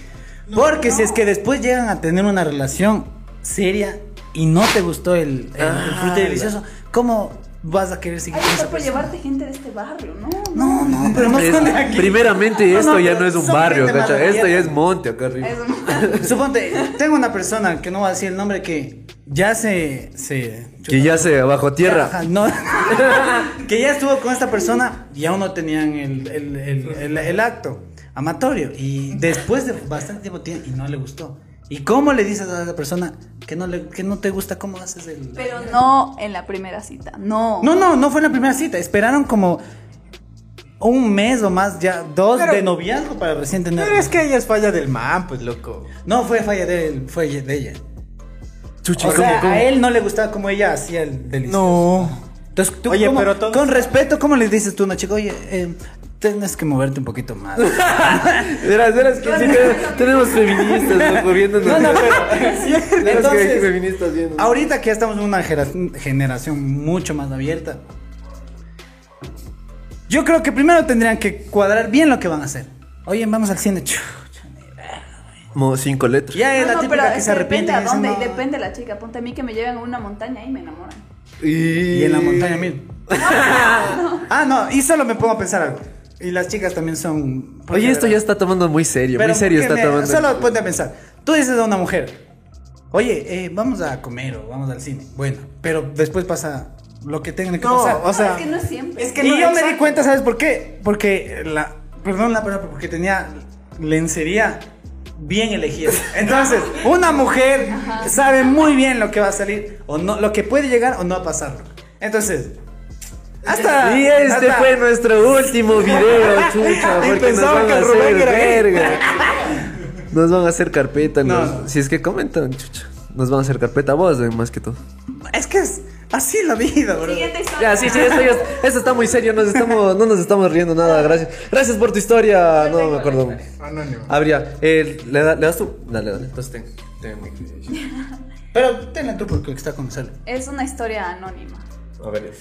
Speaker 2: Porque si es que después llegan a tener una relación seria y no te gustó el, el, el
Speaker 1: Ah,
Speaker 2: fruto delicioso, ¿cómo vas a querer seguir
Speaker 4: Ay,
Speaker 2: con
Speaker 4: está
Speaker 2: esa
Speaker 4: por
Speaker 2: persona?
Speaker 4: llevarte gente de este barrio, ¿no?
Speaker 2: No, no, pero no
Speaker 1: Es-
Speaker 2: son de aquí.
Speaker 1: primeramente,
Speaker 2: No,
Speaker 1: esto
Speaker 2: no,
Speaker 1: ya no es un
Speaker 2: son
Speaker 1: barrio,
Speaker 2: gente
Speaker 1: cacha. Esto ya
Speaker 2: maravillosa.
Speaker 1: es monte acá arriba.
Speaker 3: [laughs]
Speaker 4: Eso.
Speaker 2: Suponte, tengo una persona que no va a decir el nombre que ya se. se
Speaker 1: Que ya se bajo
Speaker 2: Ajá,
Speaker 1: tierra.
Speaker 3: [laughs]
Speaker 2: no. que ya estuvo con esta persona y aún no tenían el, el- el- el- el acto amatorio. Y después de bastante tiempo tiene- y no le gustó.
Speaker 3: ¿Y cómo le dices a esa persona que no, le, que no te gusta cómo haces el...
Speaker 4: Pero no en la primera cita, no.
Speaker 3: No, no, no fue en la primera cita. Esperaron como un mes o más, ya dos
Speaker 2: Pero-
Speaker 3: de noviazgo para recién tener.
Speaker 2: Pero es que ella es falla del man, pues loco.
Speaker 3: No, fue falla de él, fue de ella.
Speaker 1: Chuchi,
Speaker 3: o
Speaker 1: ¿cómo,
Speaker 3: sea,
Speaker 1: cómo?
Speaker 3: a él no le gustaba como ella hacía el delicioso.
Speaker 2: No.
Speaker 3: Entonces, tú,
Speaker 2: Oye,
Speaker 3: ¿cómo-
Speaker 2: pero todos-
Speaker 3: con respeto, ¿cómo le dices tú a una chica? Oye, eh, tienes que moverte un poquito más.
Speaker 1: Verás, verás que sí tenemos, tenemos feministas loco, viéndonos.
Speaker 3: No, no,
Speaker 1: Verás que hay
Speaker 3: Entonces-
Speaker 1: feministas viéndonos.
Speaker 3: Ahorita que ya estamos en una gera- generación mucho más abierta. Yo creo que primero tendrían que cuadrar bien lo que van a hacer. Oye, vamos al cine. Chu,
Speaker 1: Mo- cinco letras.
Speaker 3: Ya es
Speaker 4: No,
Speaker 3: la
Speaker 4: no,
Speaker 3: típica que
Speaker 4: es
Speaker 3: se arrepiente.
Speaker 4: Depende a
Speaker 3: y dice,
Speaker 4: dónde,
Speaker 3: "No".
Speaker 4: y depende la chica. Ponte a mí que me lleven a una montaña y me enamoran.
Speaker 1: Y...
Speaker 3: Y en
Speaker 1: [laughs]
Speaker 3: la montaña, mil. Ah, no, y solo me pongo a pensar algo. Y las chicas también son.
Speaker 1: Oye, esto ya está tomando muy serio,
Speaker 3: Pero
Speaker 1: muy serio
Speaker 3: ¿por qué
Speaker 1: está
Speaker 3: me-
Speaker 1: tomando.
Speaker 3: Solo ponte a pensar. Tú dices a una mujer, oye, eh, vamos a comer o vamos al cine. Bueno, pero después pasa lo que tengan que pasar.
Speaker 2: O sea,
Speaker 4: es que no es siempre.
Speaker 2: es que
Speaker 3: y
Speaker 2: no,
Speaker 3: yo me di
Speaker 2: exacto.
Speaker 3: cuenta, ¿sabes por qué? Porque la. Perdón la palabra, porque tenía lencería bien
Speaker 2: [laughs]
Speaker 3: elegida. Entonces, una mujer sabe muy bien lo que va a salir, o no, lo que puede llegar o no va a pasar. Entonces, hasta.
Speaker 1: Y este
Speaker 3: hasta-
Speaker 1: fue nuestro
Speaker 3: [laughs]
Speaker 1: último video, chucha,
Speaker 3: Y
Speaker 1: porque nos
Speaker 3: pensaba
Speaker 1: van
Speaker 3: que
Speaker 1: a
Speaker 3: el Rubén
Speaker 1: hacer
Speaker 3: era gay.
Speaker 1: verga. Nos van a hacer carpeta,
Speaker 3: No,
Speaker 1: nos-
Speaker 3: no.
Speaker 1: si es que comentan, chucha. Nos van a hacer carpeta a vos, eh, más que todo.
Speaker 3: Es que es así la vida, bro.
Speaker 4: Siguiente historia.
Speaker 1: Ya, sí, sí, esto, ya- esto está muy serio, nos estamos, no nos estamos riendo nada, gracias. Gracias por tu historia, no me acuerdo.
Speaker 2: Anónimo.
Speaker 1: Habría, eh, ¿le, da- le das tú? Dale, dale, entonces ten. ten mi-
Speaker 3: Pero tenla tú porque está con Gonzalo.
Speaker 4: [laughs] Es una historia anónima.
Speaker 1: A ver.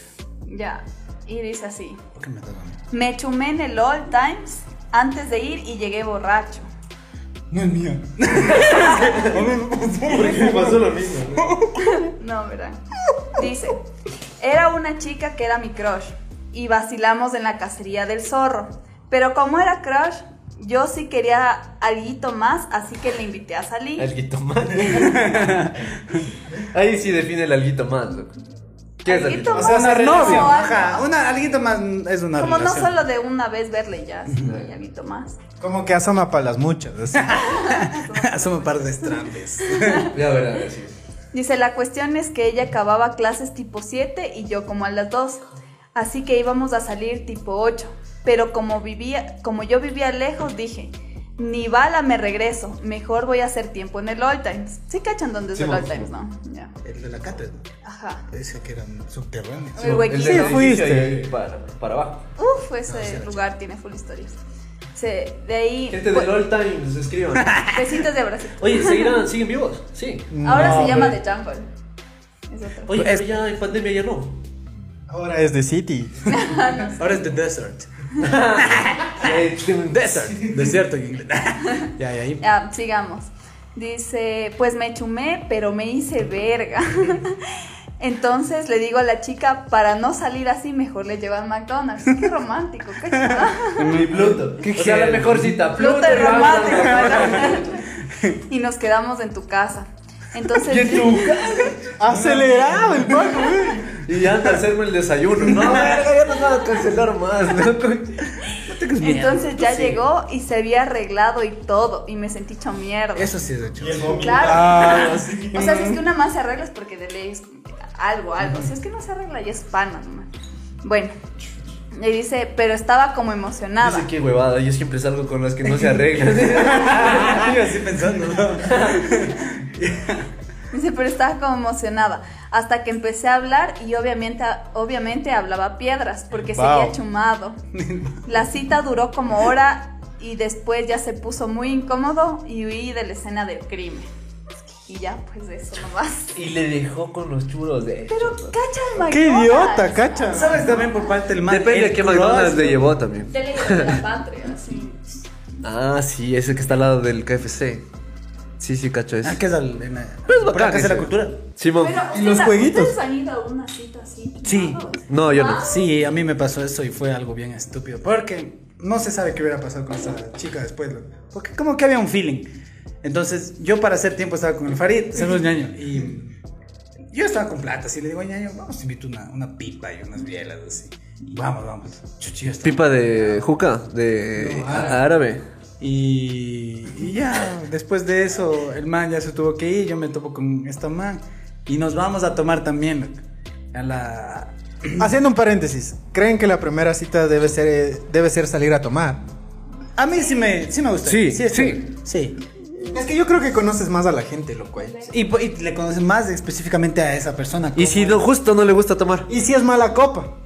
Speaker 4: Ya. Y dice así.
Speaker 3: ¿Por qué me toca a mí?
Speaker 4: Me chumé en el All Times antes de ir y llegué borracho.
Speaker 2: No es
Speaker 3: [laughs]
Speaker 2: mía.
Speaker 8: pasó lo mismo.
Speaker 4: No, ¿verdad? Dice, era una chica que era mi crush y vacilamos en la cacería del zorro. Pero como era crush, yo sí quería alguito más, así que le invité a salir.
Speaker 1: Alguito más. [laughs] Ahí sí define el alguito más, loco. ¿Qué es alguito
Speaker 4: Alguito
Speaker 3: O
Speaker 1: más?
Speaker 3: sea, una
Speaker 4: Como
Speaker 3: relación.
Speaker 4: algo.
Speaker 3: Ajá, una, alguito más es una
Speaker 4: Como no
Speaker 3: relación. [laughs]
Speaker 4: solo de una vez verle ya, sino hay alguito más.
Speaker 2: Como que asoma para las muchas. [laughs] así.
Speaker 3: Somos un par de estrambes.
Speaker 1: Ya verás, sí.
Speaker 4: Dice, la cuestión es que ella acababa clases tipo 7 y yo como a las 2. Así que íbamos a salir tipo 8. Pero como, vivía, como yo vivía lejos, dije, ni bala me regreso, mejor voy a hacer tiempo en el All Times. Sí cachan dónde es el All Times, ¿no? Ya.
Speaker 3: El de la cátedra.
Speaker 4: Ajá.
Speaker 3: Ese que era un subterráneo.
Speaker 4: El
Speaker 1: El
Speaker 4: huequito.
Speaker 1: del
Speaker 2: fuiste.
Speaker 1: edificio ahí Ah, Para, para abajo.
Speaker 4: Uf, ese lugar tiene full historias. Se- de ahí...
Speaker 1: Gente del All Times, escriban.
Speaker 4: [laughs] Besitos de bracito.
Speaker 1: Oye, ¿seguirán, ¿siguen vivos? Sí.
Speaker 4: Ahora
Speaker 2: No,
Speaker 4: se llama
Speaker 2: pero-
Speaker 4: The Jungle. Es otro.
Speaker 1: Oye, pero ya en pandemia ya no.
Speaker 2: Ahora es de City.
Speaker 3: Ahora es The Desert.
Speaker 1: Desert.
Speaker 3: Desierto en inglés. ya, ya, ahí.
Speaker 4: Ya, Ah, sigamos. Dice, pues me chumé, pero me hice verga. Entonces le digo a la chica, para no salir así, mejor le llevo al McDonald's. Qué romántico, qué chingada.
Speaker 1: Mi Pluto.
Speaker 3: ¿Qué
Speaker 1: o sea, la
Speaker 3: quieres?
Speaker 1: mejor cita. Pluto,
Speaker 4: Fruta y
Speaker 1: y
Speaker 4: romántico.
Speaker 1: Ramón.
Speaker 4: ¿verdad? Y nos quedamos en tu casa. Entonces,
Speaker 1: [laughs] Y
Speaker 4: [laughs]
Speaker 1: en tu casa.
Speaker 2: Acelerado el pan, güey.
Speaker 1: Y anda a hacerme el desayuno. No,
Speaker 4: [laughs]
Speaker 1: verga, ya nos van a cancelar más, loco.
Speaker 4: entonces ya llegó y se había arreglado y todo. Y me sentí hecho mierda.
Speaker 3: Eso sí es de hecho.
Speaker 4: Claro.
Speaker 2: Ah, sí.
Speaker 4: O sea, si es que una más se arregla es porque de ley es como que algo, algo. Si es que no se arregla, ya es pana nomás. Bueno, le dice, pero estaba como emocionada.
Speaker 1: Dice qué huevada, yo siempre salgo con las que no se
Speaker 2: [laughs]
Speaker 4: [laughs]
Speaker 1: arreglan.
Speaker 3: Yo así pensando.
Speaker 4: Dice, pero estaba como emocionada. Hasta que empecé a hablar y obviamente, obviamente hablaba piedras porque
Speaker 2: Wow. [laughs]
Speaker 4: seguía chumado. La cita duró como hora y después ya se puso muy incómodo y huí de la escena del crimen. Y ya, pues de eso nomás.
Speaker 1: y le dejó con los churos de.
Speaker 4: Pero cacha el McDonald's.
Speaker 2: Qué idiota, cacha.
Speaker 3: ¿Sabes también por parte del man?
Speaker 1: Depende
Speaker 3: el
Speaker 1: de qué
Speaker 3: crush,
Speaker 1: McDonald's le
Speaker 3: ¿no?
Speaker 1: llevó también.
Speaker 4: Dele de la patria, así.
Speaker 1: Ah, sí, ese que está al lado del KFC. Sí, sí, cacho eso.
Speaker 3: Ah, que es al. en la-
Speaker 1: Pero es
Speaker 3: por
Speaker 1: bacán
Speaker 3: la Casa de la
Speaker 1: ese.
Speaker 3: cultura.
Speaker 1: Simón.
Speaker 4: Pero,
Speaker 2: ¿Y los
Speaker 4: ¿ustedes-
Speaker 2: jueguitos?
Speaker 4: ¿Ustedes han ido a una cita así?
Speaker 3: Sí.
Speaker 4: tomados?
Speaker 1: No, yo no.
Speaker 4: Ah,
Speaker 3: Sí, a mí me pasó eso y fue algo bien estúpido. Porque no se sabe qué hubiera pasado con esa chica después. loco. Porque como que había un feeling. Entonces, yo para hacer tiempo estaba con el Farid, somos ñaño. Y yo estaba con plata, así le digo, ñaño, vamos, te invito una, una pipa y unas bielas, así. Vamos, vamos. Chuchillo, estaba-
Speaker 1: Pipa de juca, de
Speaker 3: No, árabe.
Speaker 1: árabe.
Speaker 2: Y, y ya, después de eso, el man ya se tuvo que ir. Yo me topo con esta man. Y nos vamos a tomar también a la.
Speaker 3: Haciendo un paréntesis, ¿creen que la primera cita debe ser, eh, debe ser salir a tomar?
Speaker 2: A mí sí me, sí me gusta.
Speaker 1: Sí,
Speaker 2: sí. Sí.
Speaker 3: Es que yo creo que conoces más a la gente, loco. ¿eh? ahí.
Speaker 2: Y, po- y le conoces más específicamente a esa persona.
Speaker 1: Y si
Speaker 2: cómo-
Speaker 1: no, justo no le gusta tomar.
Speaker 3: Y si es mala copa.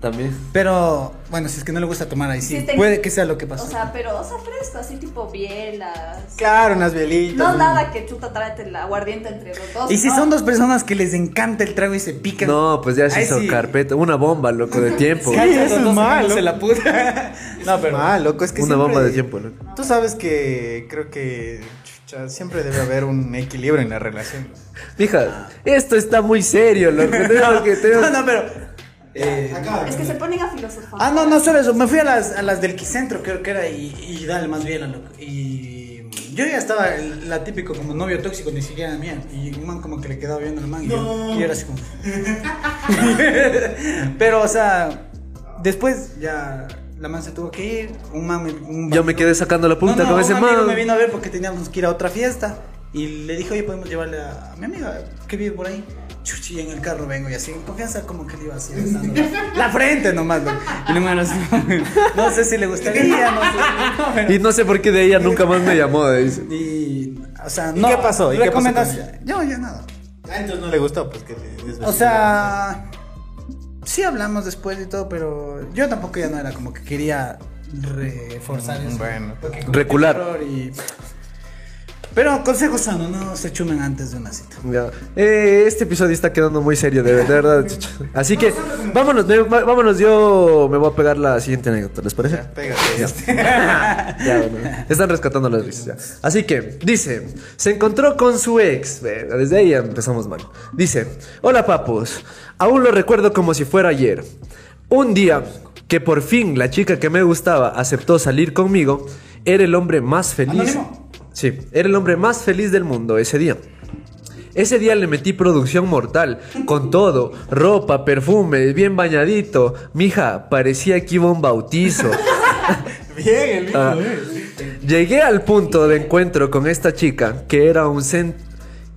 Speaker 1: También.
Speaker 2: Pero, bueno, si es que no le gusta tomar ahí, sí.
Speaker 4: Sí, te-
Speaker 2: Puede que sea lo que pasó.
Speaker 4: O sea, pero, o sea, fresco, así tipo bielas.
Speaker 3: Claro, unas velitas.
Speaker 4: No
Speaker 3: un-
Speaker 4: nada que chuta tráete la aguardiente entre los dos.
Speaker 2: y si
Speaker 4: ¿no?
Speaker 2: son dos personas que les encanta el trago y se pican.
Speaker 1: No, pues ya se
Speaker 2: Ahí
Speaker 1: hizo
Speaker 2: sí.
Speaker 1: carpeta. Una bomba, loco,
Speaker 4: [laughs]
Speaker 1: de tiempo.
Speaker 3: Sí, eso es
Speaker 2: Los dos
Speaker 3: malo.
Speaker 2: se la puta.
Speaker 3: [laughs]
Speaker 2: No, pero.
Speaker 3: Ah, loco, es que
Speaker 1: Una
Speaker 3: siempre-
Speaker 1: bomba de tiempo, loco.
Speaker 3: Tú sabes que creo que chucha, siempre debe haber un equilibrio en la relación.
Speaker 1: Mija, esto está muy serio,
Speaker 2: [laughs]
Speaker 1: loco. Tenemos que
Speaker 2: No,
Speaker 1: tenemos-
Speaker 2: no, pero. eh,
Speaker 4: Es que se ponen a filosofar.
Speaker 2: ah, no, no, solo eso. Me fui a las, a las del Quicentro, creo que era, y, y dale más bien a loco. Y. Yo ya estaba el- la típico como novio tóxico, ni siquiera mía. Y un man como que le quedaba viendo al man. Y, yo, y yo era así como. [laughs] Pero, o sea, después ya la man se tuvo que ir. Un man. me- Un
Speaker 1: Yo me quedé sacando la punta
Speaker 2: no, no,
Speaker 1: con
Speaker 2: un
Speaker 1: ese
Speaker 2: amigo
Speaker 1: man.
Speaker 2: me vino a ver porque teníamos que ir a otra fiesta. Y le dije, oye, podemos llevarle a mi amiga que vive por ahí. Chuchi, en el carro vengo y así, en confianza, como que le iba así
Speaker 3: [laughs]
Speaker 2: besando la- la frente nomás. güey. Y no, me- no sé si le gustaría, no sé.
Speaker 3: [laughs]
Speaker 1: Y no sé por qué de ella nunca más me llamó, dice.
Speaker 2: Y, o sea,
Speaker 3: ¿Y
Speaker 2: no.
Speaker 3: qué pasó? ¿Y qué pasó con
Speaker 2: recomendación- No, ya nada.
Speaker 3: Ah, entonces no le gustó, pues que
Speaker 2: O sea, sí hablamos después y todo, pero yo tampoco ya no era como que quería reforzar eso.
Speaker 3: Mm, Bueno.
Speaker 2: Porque
Speaker 1: Recular.
Speaker 2: error y- Pero consejo sano, no se chumen antes de una cita.
Speaker 1: Ya. Eh, este episodio está quedando muy serio, de, de verdad. chucha. Así que vámonos, me- va- vámonos. Yo me voy a pegar la siguiente anécdota, ¿les parece?
Speaker 3: Pégate.
Speaker 1: [laughs] Ya, bueno. Están rescatando las risas. ya. Así que, dice, se encontró con su ex. Verga, Desde ahí ya empezamos mal. Dice, hola papus, aún lo recuerdo como si fuera ayer. Un día que por fin la chica que me gustaba aceptó salir conmigo, era el hombre más feliz.
Speaker 2: Anónimo.
Speaker 1: Sí, era el hombre más feliz del mundo ese día. Ese día le metí producción mortal, con todo, ropa, perfume, bien bañadito. Mija, parecía que iba a un bautizo.
Speaker 3: Bien, el mismo. eh.
Speaker 1: Ah. Llegué al punto de encuentro con esta chica que era un cen-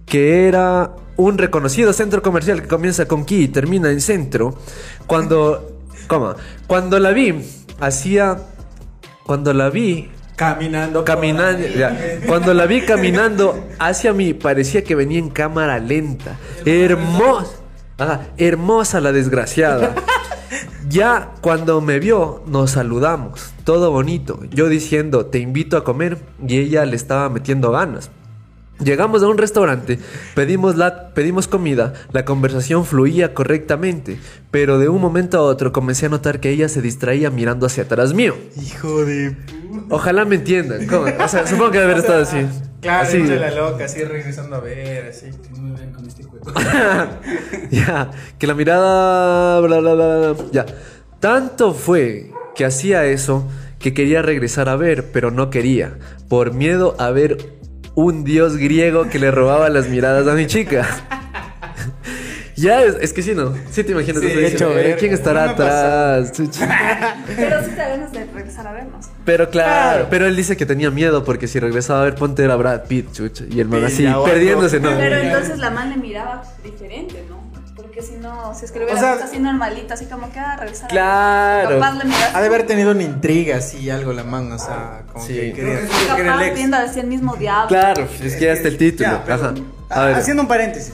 Speaker 1: que era un reconocido centro comercial que comienza con Ki y termina en centro. Cuando coma, cuando la vi hacía cuando la vi
Speaker 3: Caminando.
Speaker 1: caminando ya, cuando la vi caminando hacia mí parecía que venía en cámara lenta. Hermosa. Ajá, hermosa la desgraciada. Ya cuando me vio, nos saludamos, todo bonito. Yo diciendo, te invito a comer, y ella le estaba metiendo ganas. Llegamos a un restaurante, pedimos, la, pedimos comida, la conversación fluía correctamente, pero de un momento a otro comencé a notar que ella se distraía mirando hacia atrás mío.
Speaker 3: Hijo de.
Speaker 1: Ojalá me entiendan. ¿cómo? O sea, supongo que debe haber estado así.
Speaker 3: Claro,
Speaker 1: Así.
Speaker 3: hecho la loca, así regresando a ver, así. No me ven con este cuerpo.
Speaker 1: [laughs] ya, que la mirada, bla, bla, bla, bla, ya. Tanto fue que hacía eso que quería regresar a ver, pero no quería, por miedo a ver un dios griego que le robaba las miradas a mi chica. [laughs] ya, es, es que sí, ¿no? Sí te imaginas
Speaker 3: Sí,
Speaker 1: eso, dices,
Speaker 3: hecho
Speaker 1: "Eh,
Speaker 3: verga,
Speaker 1: ¿Quién estará
Speaker 3: no me pasa.
Speaker 1: atrás? Chucha.
Speaker 4: Pero sí te da ganas de regresar a vernos.
Speaker 1: Pero claro, pero él dice que tenía miedo porque si regresaba a ver, ponte era Brad Pitt, chucha. Y el man
Speaker 3: Y
Speaker 1: así,
Speaker 3: ya, bueno.
Speaker 1: perdiéndose, ¿no?
Speaker 4: Pero entonces la man le miraba diferente, ¿no? Porque si no, si es que lo hubiera
Speaker 3: O sea-
Speaker 4: visto así normalito, así como que ah, regresar a
Speaker 1: Claro.
Speaker 4: vernos. Capaz le miraba.
Speaker 3: Ha de haber tenido una intriga, así, algo la mano, o sea, como
Speaker 1: Sí.
Speaker 3: que quería.
Speaker 4: Capaz viendo así el mismo diablo.
Speaker 1: Claro, es que ya está el título.
Speaker 2: Ya, pero-
Speaker 1: Ajá.
Speaker 2: Ah,
Speaker 1: A ver.
Speaker 2: Haciendo un paréntesis.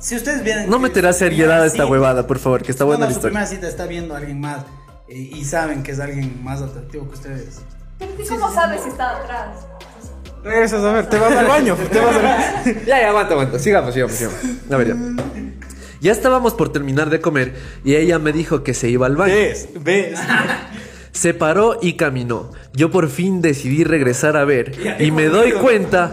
Speaker 2: Si ustedes vienen.
Speaker 1: No meterás seriedad a esta huevada, por favor, que está buena
Speaker 2: Cuando
Speaker 1: la
Speaker 2: su
Speaker 1: historia.
Speaker 2: primera cita está viendo a alguien más eh, y, y saben que es alguien más atractivo que ustedes.
Speaker 4: Pero ¿y ¿Cómo sabes si está atrás?
Speaker 3: Regresas a ver, te vas al baño, te vas al baño.
Speaker 1: Ya, ya, aguanta, aguanta. Sigamos, sigamos, sigamos. A ver, ya. Ya estábamos por terminar de comer y ella me dijo que se iba al baño.
Speaker 3: ¿Ves? ¿Ves?
Speaker 1: Se paró y caminó. Yo por fin decidí regresar a ver y me doy cuenta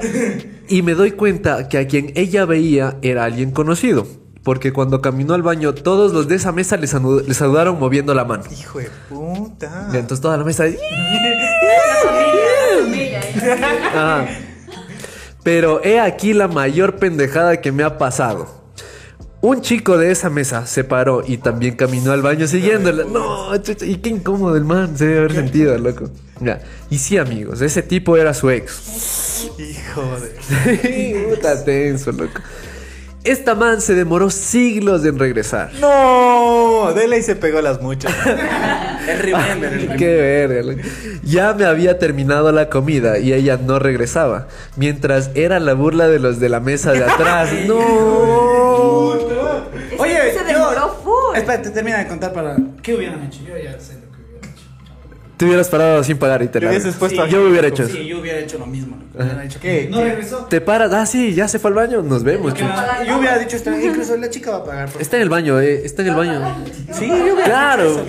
Speaker 1: y me doy cuenta que a quien ella veía era alguien conocido, porque cuando caminó al baño todos los de esa mesa le, sanu- le saludaron moviendo la mano.
Speaker 3: Hijo de puta.
Speaker 1: Y entonces toda la mesa
Speaker 4: La familia, ¿eh?
Speaker 1: Ajá. Pero he aquí la mayor pendejada que me ha pasado. Un chico de esa mesa se paró y también caminó al baño siguiéndola. No, chucha, y qué incómodo el man, se debe haber sentido, loco. Ya. Y sí, amigos, ese tipo era su ex. [laughs]
Speaker 3: Hijo de.
Speaker 1: Puta tenso, loco. Esta man se demoró siglos en regresar.
Speaker 3: No, Dele y se pegó las muchas.
Speaker 2: El remember, el remember.
Speaker 1: Qué verga. loco. Ya me había terminado la comida y ella no regresaba. Mientras era la burla de los de la mesa de atrás. No.
Speaker 4: Ese sí se demoró full.
Speaker 2: Espérate, termina de contar para. ¿Qué hubieran hecho? Yo ya sé lo que hubiera hecho.
Speaker 1: Te hubieras parado sin pagar y te
Speaker 3: Te
Speaker 1: la-
Speaker 3: hubieses puesto
Speaker 1: Yo me hubiera hecho eso.
Speaker 2: Sí, yo hubiera hecho lo mismo. loco. Hubiera hecho-
Speaker 3: ¿Qué?
Speaker 2: No regresó.
Speaker 1: Te paras, ah, sí, ya se fue al baño, nos vemos.
Speaker 4: Que no
Speaker 1: chucha.
Speaker 4: pagan
Speaker 2: Yo hubiera
Speaker 4: nada.
Speaker 2: dicho esto. Incluso la chica va a pagar. por-
Speaker 1: Está en el baño, eh, está en el baño.
Speaker 2: Sí, yo hubiera
Speaker 1: Claro.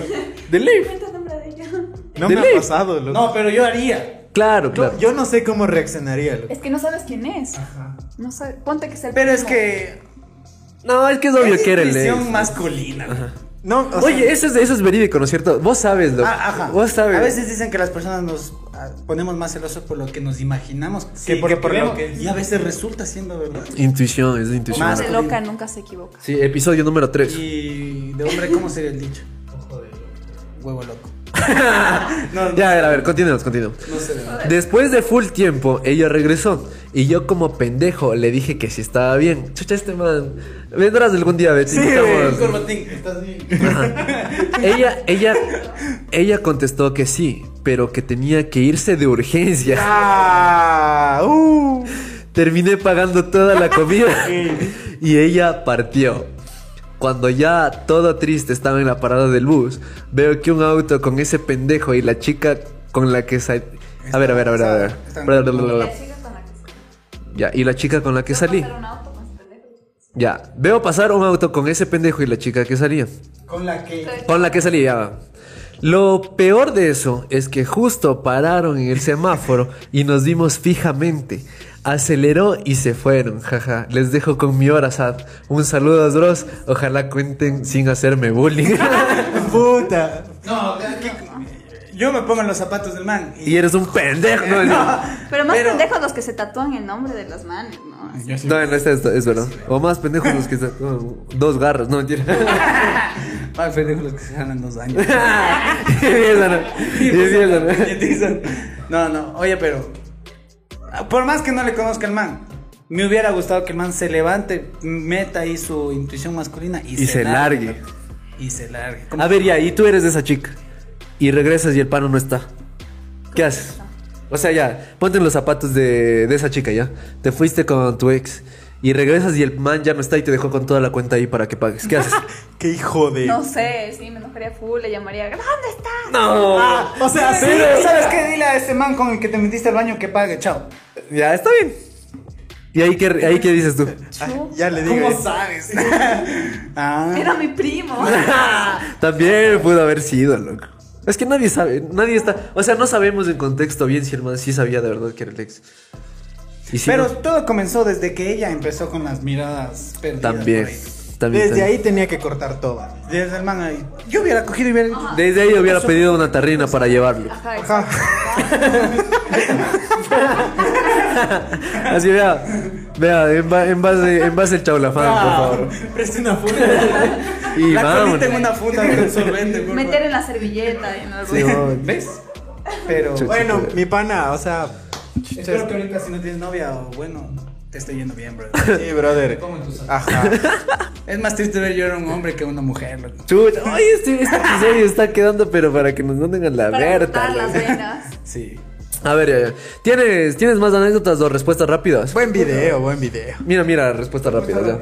Speaker 1: De ley.
Speaker 4: Inventa el nombre de ella.
Speaker 3: No
Speaker 1: De
Speaker 3: me
Speaker 1: ley.
Speaker 3: ha pasado, loco.
Speaker 2: No, pero yo haría.
Speaker 1: Claro,
Speaker 3: No,
Speaker 1: claro.
Speaker 3: yo no sé cómo reaccionaría, loco.
Speaker 4: Es que no sabes quién es. No sabes. Ponte que es el
Speaker 2: Pero es
Speaker 4: primo.
Speaker 2: que.
Speaker 1: No, es que es obvio que era el ex.
Speaker 2: visión masculina. loco.
Speaker 3: No, o sea,
Speaker 1: Oye, eso es, eso es verídico, ¿no es cierto? Vos sabes, loco.
Speaker 2: Ah, ajá.
Speaker 1: Vos sabes.
Speaker 2: A veces dicen que las personas nos ah, ponemos más celosos por lo que nos imaginamos
Speaker 3: Sí, que por lo
Speaker 2: vemos,
Speaker 3: que-
Speaker 2: Y a veces resulta siendo verdad.
Speaker 1: Intuición, es de intuición.
Speaker 4: Más
Speaker 2: Más
Speaker 4: de
Speaker 2: masculino.
Speaker 4: loca nunca se equivoca.
Speaker 1: Sí, episodio número 3.
Speaker 2: Y de hombre, ¿cómo sería el dicho? Huevo loco. no, no,
Speaker 1: Ya, a ver, a ver, continuemos, continuemos.
Speaker 2: no se ve.
Speaker 1: Después de full tiempo, ella regresó. Y yo, como pendejo, le dije que si estaba bien. Chucha, este man. Vendrás algún día, Betty.
Speaker 2: Sí, güey,
Speaker 1: Estamos-
Speaker 2: corbatín, estás bien.
Speaker 1: Ella, ella, ella contestó que sí, pero que tenía que irse de urgencia.
Speaker 3: Ah, uh.
Speaker 1: Terminé pagando toda la comida y ella partió. Cuando ya todo triste estaba en la parada del bus, veo que un auto con ese pendejo y la chica con la que sa- a ver, a ver, a ver, a ver.
Speaker 2: Están-
Speaker 1: Bla, bla, bla, bla, bla.
Speaker 4: Ya, sigue con la que se-
Speaker 1: Ya, y la chica con la que salí.
Speaker 4: Pasar un auto con ese pendejo.
Speaker 1: Ya, veo pasar un auto con ese pendejo y la chica que salía.
Speaker 2: Con la que.
Speaker 1: Con la que salía. Lo peor de eso es que justo pararon en el semáforo y nos vimos fijamente. Aceleró y se fueron, jaja. Les dejo con mi hora, Sad. Un saludo a los dos. Ojalá cuenten sin hacerme bullying. [laughs]
Speaker 3: Puta.
Speaker 2: No, que- yo me pongo en los zapatos del man. [laughs]
Speaker 1: y eres un pendejo. No, no,
Speaker 4: Pero más
Speaker 2: Pero-
Speaker 4: pendejos los que se tatúan el nombre de las manos, ¿no? Así.
Speaker 1: no, no, esta es, es verdad. O más pendejos los que están. oh, Dos garras, no mentira. [laughs]
Speaker 2: Ay, pendejo, los que se ganan dos años.
Speaker 1: Y empiezan a- y
Speaker 3: pues,
Speaker 1: empiezan a-
Speaker 2: Puñetizan. No, no, oye, pero. Por más que no le conozca el man, me hubiera gustado que el man se levante, meta ahí su intuición masculina y,
Speaker 1: Y se largue.
Speaker 2: Y se largue.
Speaker 1: A ver, ya, y tú eres de esa chica. Y regresas y el pano no está. ¿Qué haces? O sea, ya, ponte en los zapatos de, de esa chica, ya. Te fuiste con tu ex. Y regresas y el man ya no está y te dejó con toda la cuenta ahí para que pagues. ¿Qué haces?
Speaker 3: Qué hijo de.
Speaker 4: No sé, sí, me enojaría full, le llamaría, ¿dónde está?
Speaker 1: ¡No!
Speaker 2: Ah,
Speaker 3: O sea, sí.
Speaker 2: Pero, ¿sabes qué? Dile a ese man con el que te metiste al baño que pague, chao.
Speaker 1: Ya, está bien. ¿Y ahí qué, ahí qué dices tú?
Speaker 3: Ah, ya le digo.
Speaker 2: ¿Cómo sabes? [laughs] ah,
Speaker 4: Era
Speaker 2: [laughs]
Speaker 4: mi primo.
Speaker 1: También pudo haber sido, loco. Es que nadie sabe, nadie está. O sea, no sabemos en contexto bien si el man sí sabía de verdad que era el ex. Y si
Speaker 2: pero
Speaker 1: no,
Speaker 2: todo comenzó desde que ella empezó con las miradas perdidas.
Speaker 1: también.
Speaker 2: por ahí.
Speaker 1: también,
Speaker 3: Desde
Speaker 1: también.
Speaker 3: ahí tenía que cortar todo.
Speaker 2: Desde el man ahí. Yo hubiera cogido y hubiera.
Speaker 1: Desde ahí hubiera pedido una tarrina para llevarlo.
Speaker 4: Ajá,
Speaker 3: Ajá.
Speaker 1: Así vea, vea, en, ba- en base, en base el chaulafán, por favor.
Speaker 2: Preste una funda.
Speaker 1: Y
Speaker 2: la
Speaker 1: vámonos.
Speaker 2: colita en una funda [laughs] de solvente,
Speaker 3: [laughs]
Speaker 2: por
Speaker 4: meter en la servilleta. y en el
Speaker 1: Sí,
Speaker 4: bolso.
Speaker 1: vamos.
Speaker 2: ¿Ves? Pero.
Speaker 1: Chucha.
Speaker 3: Bueno, mi pana, o sea.
Speaker 2: espero que ahorita si no tienes novia o bueno, te esté yendo bien, bro.
Speaker 3: Sí, brother. [laughs] Ajá.
Speaker 2: Es más triste ver llorar a un hombre que a una mujer, loco.
Speaker 1: Chucha, oye, este, este episodio está quedando, pero para que nos manden a la
Speaker 4: Para cortar
Speaker 1: verta.
Speaker 4: las
Speaker 1: loco.
Speaker 4: venas.
Speaker 2: Sí.
Speaker 1: A ver, ya, ya. ¿Tienes, ¿tienes más anécdotas o respuestas rápidas?
Speaker 3: Buen video, buen video.
Speaker 1: Mira, mira, respuestas rápidas, ya.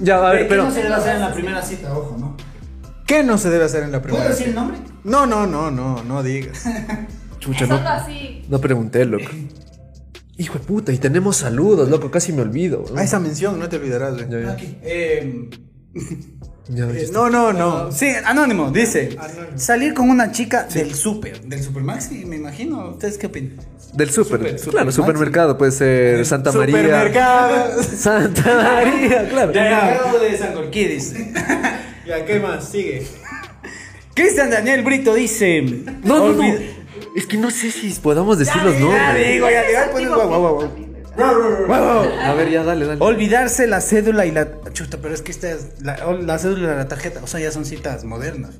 Speaker 1: Ya, a ver, pero.
Speaker 2: debe hacer en la primera cita, ojo, ¿no?
Speaker 3: ¿Qué no se debe hacer en la primera?
Speaker 2: el nombre?
Speaker 3: No, no, no, no, no digas.
Speaker 1: Chucha,
Speaker 4: Solo
Speaker 1: no,
Speaker 4: así.
Speaker 1: no pregunté, loco. Hijo de puta, y tenemos saludos, loco, casi me olvido.
Speaker 3: A Ah, esa mención no te olvidarás, güey.
Speaker 1: Ya, ya.
Speaker 2: Aquí. Eh.
Speaker 1: Ya, ya está.
Speaker 3: Eh, No, no, no.
Speaker 2: Sí, anónimo, dice. Salir con una chica del super, del supermaxi, me imagino. ¿Ustedes qué opinan?
Speaker 1: Del súper.
Speaker 2: Súper, súper,
Speaker 1: claro,
Speaker 2: ¿no?
Speaker 1: supermercado puede ser Santa María.
Speaker 3: Supermercado.
Speaker 1: Santa María, claro.
Speaker 2: Mercado de Sangolquí, dice.
Speaker 3: [laughs] Ya, ¿qué más? Sigue.
Speaker 2: Cristian Daniel Brito dice.
Speaker 1: No, no, no.
Speaker 2: olvid-
Speaker 1: Es que no sé si podamos decir los
Speaker 2: Ya
Speaker 1: nombres.
Speaker 2: digo, ya digo,
Speaker 3: pues,
Speaker 2: ay, pones guau, guau, guau, guau. Guau.
Speaker 1: A ver, ya dale, dale.
Speaker 2: Olvidarse la cédula y la. Chuta, pero es que esta es. La, la cédula y la tarjeta. O sea, ya son citas modernas.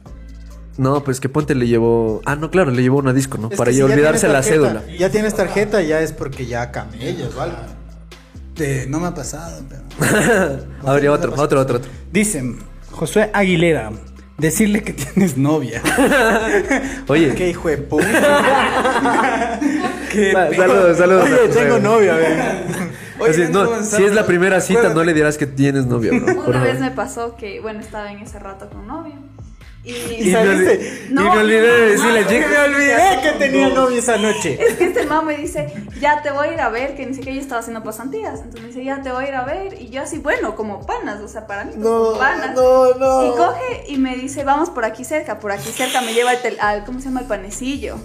Speaker 1: No, pues que Ponte le llevó. Ah, no, claro, le llevó una disco, ¿no?
Speaker 3: Es
Speaker 1: Para
Speaker 3: que
Speaker 1: ya
Speaker 3: si ya
Speaker 1: olvidarse la
Speaker 3: tienes tarjeta-
Speaker 1: cédula.
Speaker 3: Ya tienes tarjeta, ya es porque ya camellas, ¿vale?
Speaker 2: Eh, no me ha pasado, pero.
Speaker 1: [laughs] A ver, ya otro, otro, otro, otro.
Speaker 2: Dicen, Josué Aguilera, decirle que [laughs] tienes novia.
Speaker 1: Oye,
Speaker 3: Qué hijo de puta. Qué
Speaker 1: Va,
Speaker 3: pe-
Speaker 1: saludos, saludos a
Speaker 3: Oye,
Speaker 1: Josué,
Speaker 3: tengo
Speaker 1: güey.
Speaker 3: novia, ve. [laughs]
Speaker 2: Oye,
Speaker 1: así,
Speaker 2: no,
Speaker 1: no,
Speaker 2: no,
Speaker 1: si es la
Speaker 2: no,
Speaker 1: primera cita,
Speaker 2: acuérdate.
Speaker 1: no le dirás que tienes novio,
Speaker 4: [laughs]
Speaker 1: bro. por
Speaker 4: Una
Speaker 1: favor.
Speaker 4: vez me pasó que, bueno, estaba en ese rato con novio. Y,
Speaker 1: Y me, olvidé, y me olvidé de decirle,
Speaker 3: Que
Speaker 1: chica.
Speaker 3: me olvidé que tenía novia esa noche.
Speaker 4: Es que este mamá me dice, ya te voy a ir a ver, que ni sé qué, yo estaba haciendo pasantías. Entonces me dice, ya te voy a ir a ver. Y yo así, bueno, como panas, o sea, para mí, pues, como panas.
Speaker 3: no, no.
Speaker 4: Y coge y me dice, vamos por aquí cerca, por aquí cerca. Me lleva al tel- al, ¿cómo se llama? El panecillo.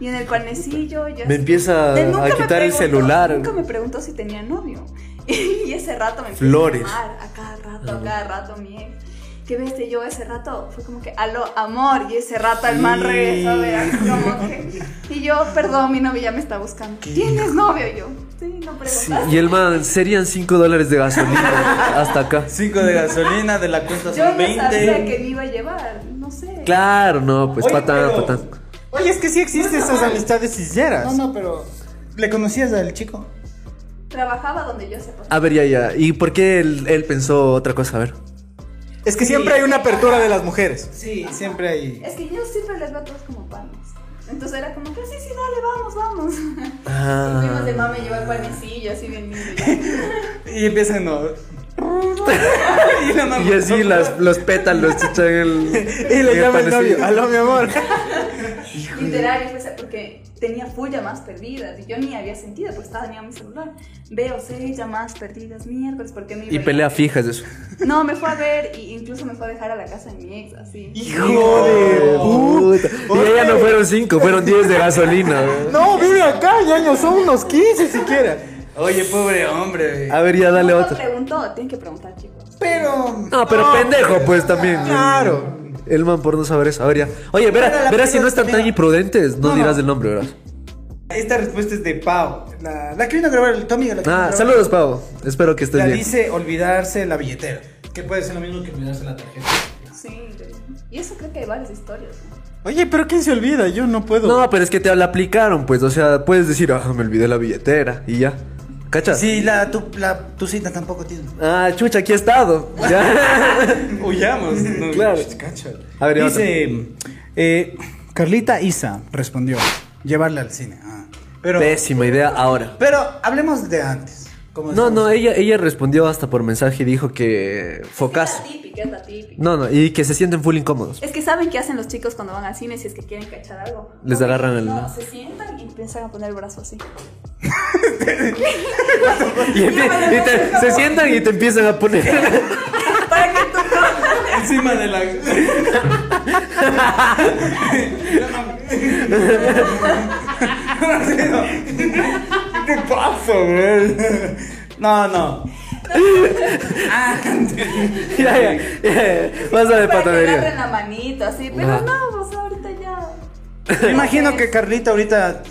Speaker 4: Y en el panecillo yo...
Speaker 1: Me empieza
Speaker 4: Él nunca
Speaker 1: a
Speaker 4: me
Speaker 1: quitar el
Speaker 4: preguntó,
Speaker 1: celular.
Speaker 4: Nunca me preguntó si tenía novio. [laughs] Y ese rato me empezó
Speaker 1: Flores.
Speaker 4: a llamar, a cada rato, a cada rato, mi ex. Que viste, yo ese rato fue como que, aló, amor, y ese rato el man regresó, ¿verdad? Como que, y yo, perdón, mi novia ya me está buscando. ¿Tienes novio? Y yo, sí, no
Speaker 1: Sí,
Speaker 4: preguntas.
Speaker 1: Y el man, serían 5 dólares de gasolina [laughs] hasta acá.
Speaker 7: 5 de gasolina, de la cuenta
Speaker 4: Yo
Speaker 7: son
Speaker 4: no sabía
Speaker 7: 20.
Speaker 4: que me iba a llevar, no sé.
Speaker 1: Claro, no, pues
Speaker 3: Oye,
Speaker 1: patán,
Speaker 3: pero-
Speaker 1: patán.
Speaker 3: Oye, es que sí existen esas amistades sinceras.
Speaker 2: No, no, pero. ¿Le conocías al chico?
Speaker 4: Trabajaba donde yo sepa.
Speaker 1: A ver, ya, ya. ¿Y por qué él, él pensó otra cosa? A ver.
Speaker 3: Es que siempre hay una apertura de las mujeres.
Speaker 2: Sí, siempre hay.
Speaker 4: Es que yo siempre les veo a todos como panas. Entonces era como que, sí, sí, dale, vamos, vamos.
Speaker 1: Ah.
Speaker 3: Ah.
Speaker 4: Y fuimos de mami, llevar panecillo, así bien lindo. ya.
Speaker 2: Y empiezan [laughs]
Speaker 3: [laughs]
Speaker 2: no. y la mamá-
Speaker 1: Y así las, los pétalos se echan el.
Speaker 3: [laughs] Y le
Speaker 1: el
Speaker 3: llama el
Speaker 1: panecillo.
Speaker 3: novio. Aló,
Speaker 2: [laughs]
Speaker 3: mi amor.
Speaker 4: Literal, yo empecé- porque tenía full llamadas perdidas y yo ni había sentido porque estaba tenía mi celular. Veo seis llamadas perdidas miércoles porque me iba
Speaker 1: Y
Speaker 4: a ir.
Speaker 1: pelea fijas eso.
Speaker 4: No, me fue a ver y incluso me fue a dejar a la casa de mi ex, así.
Speaker 3: Hijo de
Speaker 1: Puta. Y
Speaker 3: Oye.
Speaker 1: ella no fueron 5, fueron 10 de
Speaker 3: [laughs]
Speaker 1: gasolina.
Speaker 3: No, vive acá, ñaño, son unos 15 siquiera.
Speaker 7: Oye, pobre hombre.
Speaker 1: A ver, ya dale
Speaker 4: No
Speaker 1: otra.
Speaker 4: preguntó, tienen que preguntar, chicos.
Speaker 3: Pero.
Speaker 1: No, pero pendejo, pues también.
Speaker 3: Claro.
Speaker 1: El man por no saber eso. A ver, ya. Oye,
Speaker 7: Pero
Speaker 1: verás,
Speaker 7: la
Speaker 1: verás si
Speaker 7: pregunta
Speaker 1: no están tan
Speaker 7: también-
Speaker 1: imprudentes, no,
Speaker 7: No, no.
Speaker 1: dirás el nombre, verás.
Speaker 7: Esta respuesta es de Pau.
Speaker 2: La, la que vino a grabar el Tommy. La que vino a
Speaker 1: Ah,
Speaker 2: grabar.
Speaker 1: saludos, Pavo. Espero que estés
Speaker 2: La
Speaker 1: bien.
Speaker 2: dice olvidarse la billetera.
Speaker 7: Que puede ser lo mismo que olvidarse la tarjeta.
Speaker 4: Sí, de- y eso creo que hay varias historias. ¿no?
Speaker 3: Oye, pero ¿quién se olvida? Yo no puedo.
Speaker 1: No, pero es que te la aplicaron, pues. O sea, puedes decir, ah, me olvidé la billetera y ya. ¿Cachas?
Speaker 2: Sí, la tu, la, tu cita tampoco tiene.
Speaker 1: Ah, chucha, aquí he estado. Ya.
Speaker 7: Huyamos. No,
Speaker 1: Claro.
Speaker 7: Cacha.
Speaker 1: A ver,
Speaker 2: Dice eh, Carlita Isa respondió llevarla al cine. Ah, Pero,
Speaker 1: Pésima idea ahora.
Speaker 2: pero hablemos de antes. como
Speaker 1: No,
Speaker 2: decíamos.
Speaker 1: no, ella, ella respondió hasta por mensaje y dijo que
Speaker 4: Es
Speaker 1: focas.
Speaker 4: la típica, es la típica.
Speaker 1: No, no, y que se sienten full
Speaker 4: [laughs]
Speaker 1: incómodos.
Speaker 4: Es que saben qué hacen los chicos cuando van al cine si es que quieren cachar algo.
Speaker 1: Les agarran el-
Speaker 4: No, se sientan y empiezan a poner el brazo así. [laughs]
Speaker 1: Y, empie- y te- se sientan y te empiezan a poner. [laughs]
Speaker 4: Para que tú no.
Speaker 7: Encima de
Speaker 2: [laughs]
Speaker 3: [laughs]
Speaker 7: la.
Speaker 2: ¿Qué te pasa, güey? No, no.
Speaker 1: ya, ya, ya. Pasa de
Speaker 4: Para que le agarren
Speaker 1: patadería.
Speaker 4: la manito, así.
Speaker 1: Ajá.
Speaker 4: Pero no, o sea, ahorita ya.
Speaker 2: Me imagino que Carlita ahorita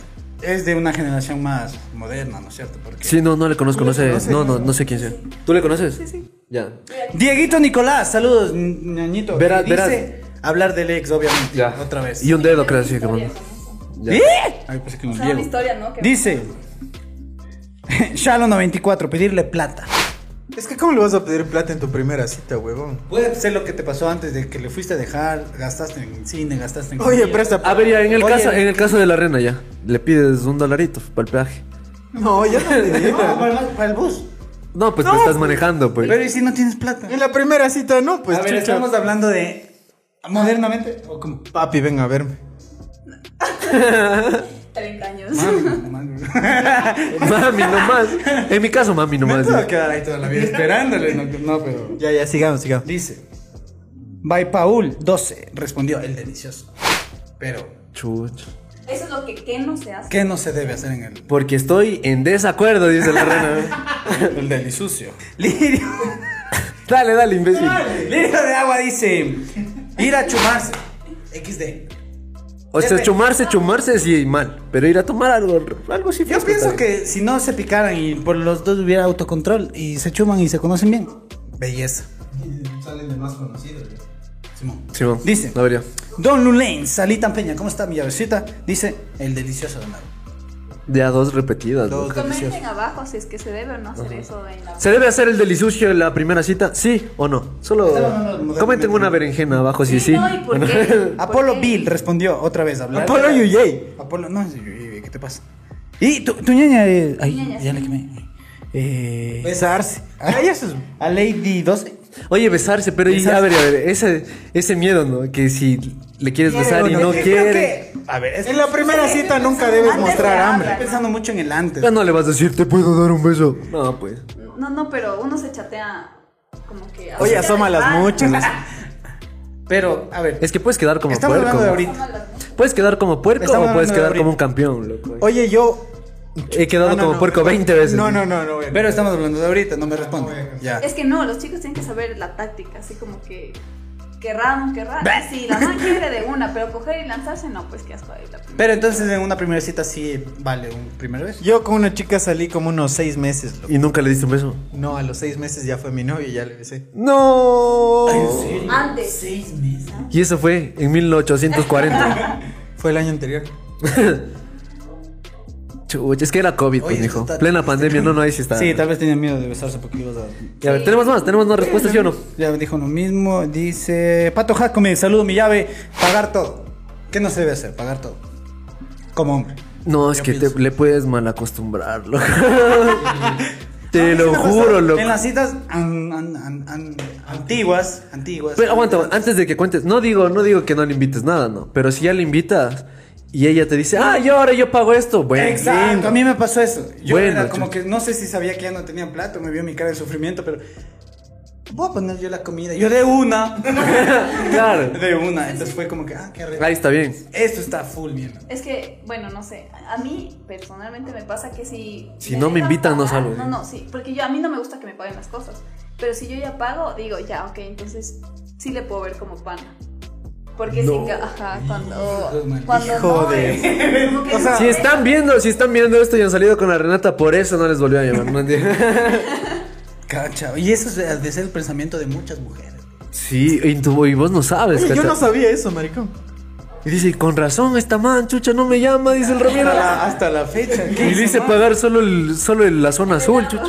Speaker 2: es de una generación más moderna, ¿no es cierto? Porque
Speaker 1: Sí, no, no le conozco, no sé. No, no, no sé quién sea. ¿Tú le conoces?
Speaker 4: Sí, sí.
Speaker 1: Ya.
Speaker 2: Dieguito Nicolás, saludos, ñañito.
Speaker 1: Verás,
Speaker 2: Dice
Speaker 1: verás.
Speaker 2: hablar del ex, obviamente.
Speaker 1: Ya.
Speaker 2: Otra vez.
Speaker 1: Y un dedo, creo, así como.
Speaker 4: Historia con eso.
Speaker 1: Ya.
Speaker 2: Ay, pensé que
Speaker 4: O
Speaker 2: nos
Speaker 4: sea, una
Speaker 2: Diego.
Speaker 4: historia, ¿no? Que-
Speaker 2: Dice [laughs] Shalom94, pedirle plata.
Speaker 3: Es que ¿cómo le vas a pedir plata en tu primera cita, huevón?
Speaker 2: Puede ser lo que te pasó antes de que le fuiste a dejar, gastaste en cine, gastaste en.
Speaker 3: Oye,
Speaker 2: comida.
Speaker 3: presta.
Speaker 1: A ver, ya, en el,
Speaker 2: Oye.
Speaker 1: caso, en el caso de la rena, ya. Le pides un dolarito para el peaje.
Speaker 3: No, yo no
Speaker 2: [laughs]
Speaker 3: pedí.
Speaker 2: No, para, el- para el bus.
Speaker 1: No, pues te
Speaker 3: No,
Speaker 1: estás manejando, pues.
Speaker 2: Pero ¿y si no tienes plata?
Speaker 3: En la primera cita no, pues
Speaker 2: a ver,
Speaker 3: chucha.
Speaker 2: estamos hablando de. modernamente o como.
Speaker 3: Papi, ven a verme.
Speaker 4: 30 años.
Speaker 2: Mami, mami.
Speaker 1: [laughs] Mami, nomás. En mi caso, mami,
Speaker 2: Me
Speaker 1: nomás.
Speaker 2: puedo quedar ahí toda la vida esperándole. No, no, pero.
Speaker 3: Ya, ya, sigamos, sigamos.
Speaker 2: Dice. By Paul 12 respondió el delicioso. Pero,
Speaker 1: Chucho.
Speaker 4: [laughs] Eso es lo que, que no se hace.
Speaker 2: ¿qué no se debe hacer en el
Speaker 1: Porque estoy en desacuerdo, dice la rena.
Speaker 2: El delisucio. [laughs] Lirio.
Speaker 1: dale, dale, imbécil.
Speaker 2: Lirio de agua dice: ir a chumarse. XD.
Speaker 1: O sea,
Speaker 2: Debe-
Speaker 1: chumarse, chumarse, sí, mal. Pero ir a tomar algo, algo sí
Speaker 2: Yo
Speaker 1: fresco
Speaker 2: pienso
Speaker 1: también.
Speaker 2: que si no se picaran y por los dos hubiera autocontrol y se chuman y se conocen bien. Belleza. Simón.
Speaker 1: Simón.
Speaker 2: Dice.
Speaker 1: No debería.
Speaker 2: Don Lulén, Salita Peña, ¿cómo está mi llavecita? Dice el delicioso de Mario.
Speaker 1: De a dos repetidas. ¿no?
Speaker 3: Dos
Speaker 4: Comenten
Speaker 3: deliciosos.
Speaker 4: abajo si es que se debe o no hacer eso en la
Speaker 1: ¿Se debe hacer el delisucio en la primera cita? ¿Sí o no? Solo
Speaker 2: Estaba hablando moderadamente.
Speaker 1: comenten una berenjena abajo si sí.
Speaker 4: No, ¿y por qué?
Speaker 2: Apolo
Speaker 4: ¿Por qué?
Speaker 2: Bill respondió otra vez. Hablar
Speaker 3: Apolo Yuyey.
Speaker 2: Apolo, no es Yuyey, ¿qué te pasa? Y tu, tu ñaña de. Ay,
Speaker 4: ñaña,
Speaker 2: ya
Speaker 4: sí.
Speaker 2: le quemé. Eh,
Speaker 3: Besarse. Ay, eso es.
Speaker 2: A Lady 12.
Speaker 1: [laughs] Oye, besarse, pero y-
Speaker 2: Besarse.
Speaker 1: a ver, a ver, ese, ese miedo, ¿no? Que si le quieres
Speaker 3: Quiere
Speaker 1: besar
Speaker 3: o
Speaker 1: y
Speaker 3: no
Speaker 1: no
Speaker 3: quiere.
Speaker 1: quiere.
Speaker 2: A ver, es
Speaker 3: En la primera cita nunca
Speaker 4: Antes
Speaker 3: debes
Speaker 4: de
Speaker 3: mostrar
Speaker 4: hablar.
Speaker 3: hambre.
Speaker 2: estoy pensando mucho en el antes.
Speaker 1: Ya no le vas a decir, te puedo dar un beso. No, pues.
Speaker 4: No, no, pero uno se chatea como que.
Speaker 3: Oye,
Speaker 4: ahorita
Speaker 3: asómalas
Speaker 4: de pan. [laughs]
Speaker 3: mucho.
Speaker 2: Pero, a ver,
Speaker 1: Es que puedes quedar como
Speaker 2: estamos
Speaker 1: puerco.
Speaker 2: hablando de ahorita.
Speaker 4: Asómalas mucho.
Speaker 1: Puedes quedar como puerco
Speaker 2: Estamos
Speaker 1: o puedes
Speaker 2: hablando de
Speaker 1: quedar
Speaker 2: ahorita.
Speaker 1: como un campeón, loco.
Speaker 3: Oye, yo.
Speaker 1: He quedado
Speaker 3: No, no,
Speaker 1: como
Speaker 3: no.
Speaker 1: puerco 20 veces.
Speaker 3: No, no, no, no. bueno.
Speaker 2: Pero estamos hablando de ahorita, no me responde. Ya.
Speaker 4: Es que no, los chicos tienen que saber la táctica, así como que. Querrá o no querrá. Sí, la man quiere de una, pero coger y lanzarse, no, pues qué asco ahí la primera.
Speaker 2: Pero entonces en una primera cita sí vale un primer beso.
Speaker 3: Yo con una chica salí como unos seis meses. loco.
Speaker 1: Y nunca le diste un beso.
Speaker 3: No, a los seis meses ya fue mi novio y ya le besé.
Speaker 1: No.
Speaker 4: Antes.
Speaker 2: Seis meses.
Speaker 1: Y eso fue en 1840.
Speaker 3: Fue el año anterior.
Speaker 1: Chuch, es que era COVID,
Speaker 2: Oye,
Speaker 1: pues, mijo.
Speaker 2: esto está
Speaker 1: Plena pandemia, no, no, ahí sí está.
Speaker 2: Sí, tal vez tenía miedo de besarse porque ibas a.
Speaker 1: Y a ver, tenemos más, tenemos más respuestas, ¿sí o no?
Speaker 2: Ya dijo lo mismo. Dice Pato Jacome, saludo mi llave. Pagar todo. ¿Qué no se debe hacer? Pagar todo. Como hombre.
Speaker 1: No, es
Speaker 2: Yo
Speaker 1: que te-
Speaker 2: pienso.
Speaker 1: le puedes mal acostumbrar,
Speaker 2: [laughs]
Speaker 1: loco. te lo
Speaker 2: ¿Qué te pasa?
Speaker 1: juro, loco.
Speaker 2: En las citas an- an- an- an- antiguas, antiguas.
Speaker 1: Pero aguanta, antes de que cuentes, no digo, no digo que no le invites nada, no. Pero si ya le invitas y ella te dice, ah, yo ahora yo pago esto, bueno.
Speaker 2: Exacto, a mí me pasó eso. Yo
Speaker 1: Bueno,
Speaker 2: era como
Speaker 1: chucha.
Speaker 2: que no sé si sabía que ya no tenía plato, me vio mi cara de sufrimiento, pero voy a poner yo la comida. Yo de una,
Speaker 1: [laughs]
Speaker 2: [laughs]
Speaker 1: Claro.
Speaker 2: de una. Entonces fue como que, ah, qué re-
Speaker 1: Ahí está bien.
Speaker 2: Esto está full bien.
Speaker 4: Es que, bueno, no sé, a a mí personalmente me pasa que si...
Speaker 1: Si no me
Speaker 4: dejan
Speaker 1: invitan, no
Speaker 4: pagar-
Speaker 1: salgo.
Speaker 4: No, no, sí, porque yo, a mí no me gusta que me paguen las cosas, pero si yo ya pago, digo, ya, ok, entonces sí le puedo ver como pana. Porque si, ca- ajá, cuando... cuando
Speaker 3: Hijo
Speaker 4: no
Speaker 3: de-
Speaker 1: [laughs]
Speaker 4: es- como que
Speaker 3: O sea,
Speaker 4: no
Speaker 1: Si
Speaker 4: sé.
Speaker 1: están viendo, si están viendo esto y han salido con la Renata, por eso no les volvió a llamar. ¿no entiendes?
Speaker 2: Cacha. Y eso es eh, de de ser el pensamiento de muchas mujeres.
Speaker 1: [laughs] sí, y, tú, y vos no sabes,
Speaker 3: Oye, yo
Speaker 1: cacha.
Speaker 3: no sabía eso, maricón.
Speaker 1: Y dice, con razón, esta man, chucha, no me llama, dice el Ramiro. [laughs]
Speaker 3: Hasta la, hasta la fecha.
Speaker 1: Y dice pagar solo, el- solo el- la zona azul, chucha.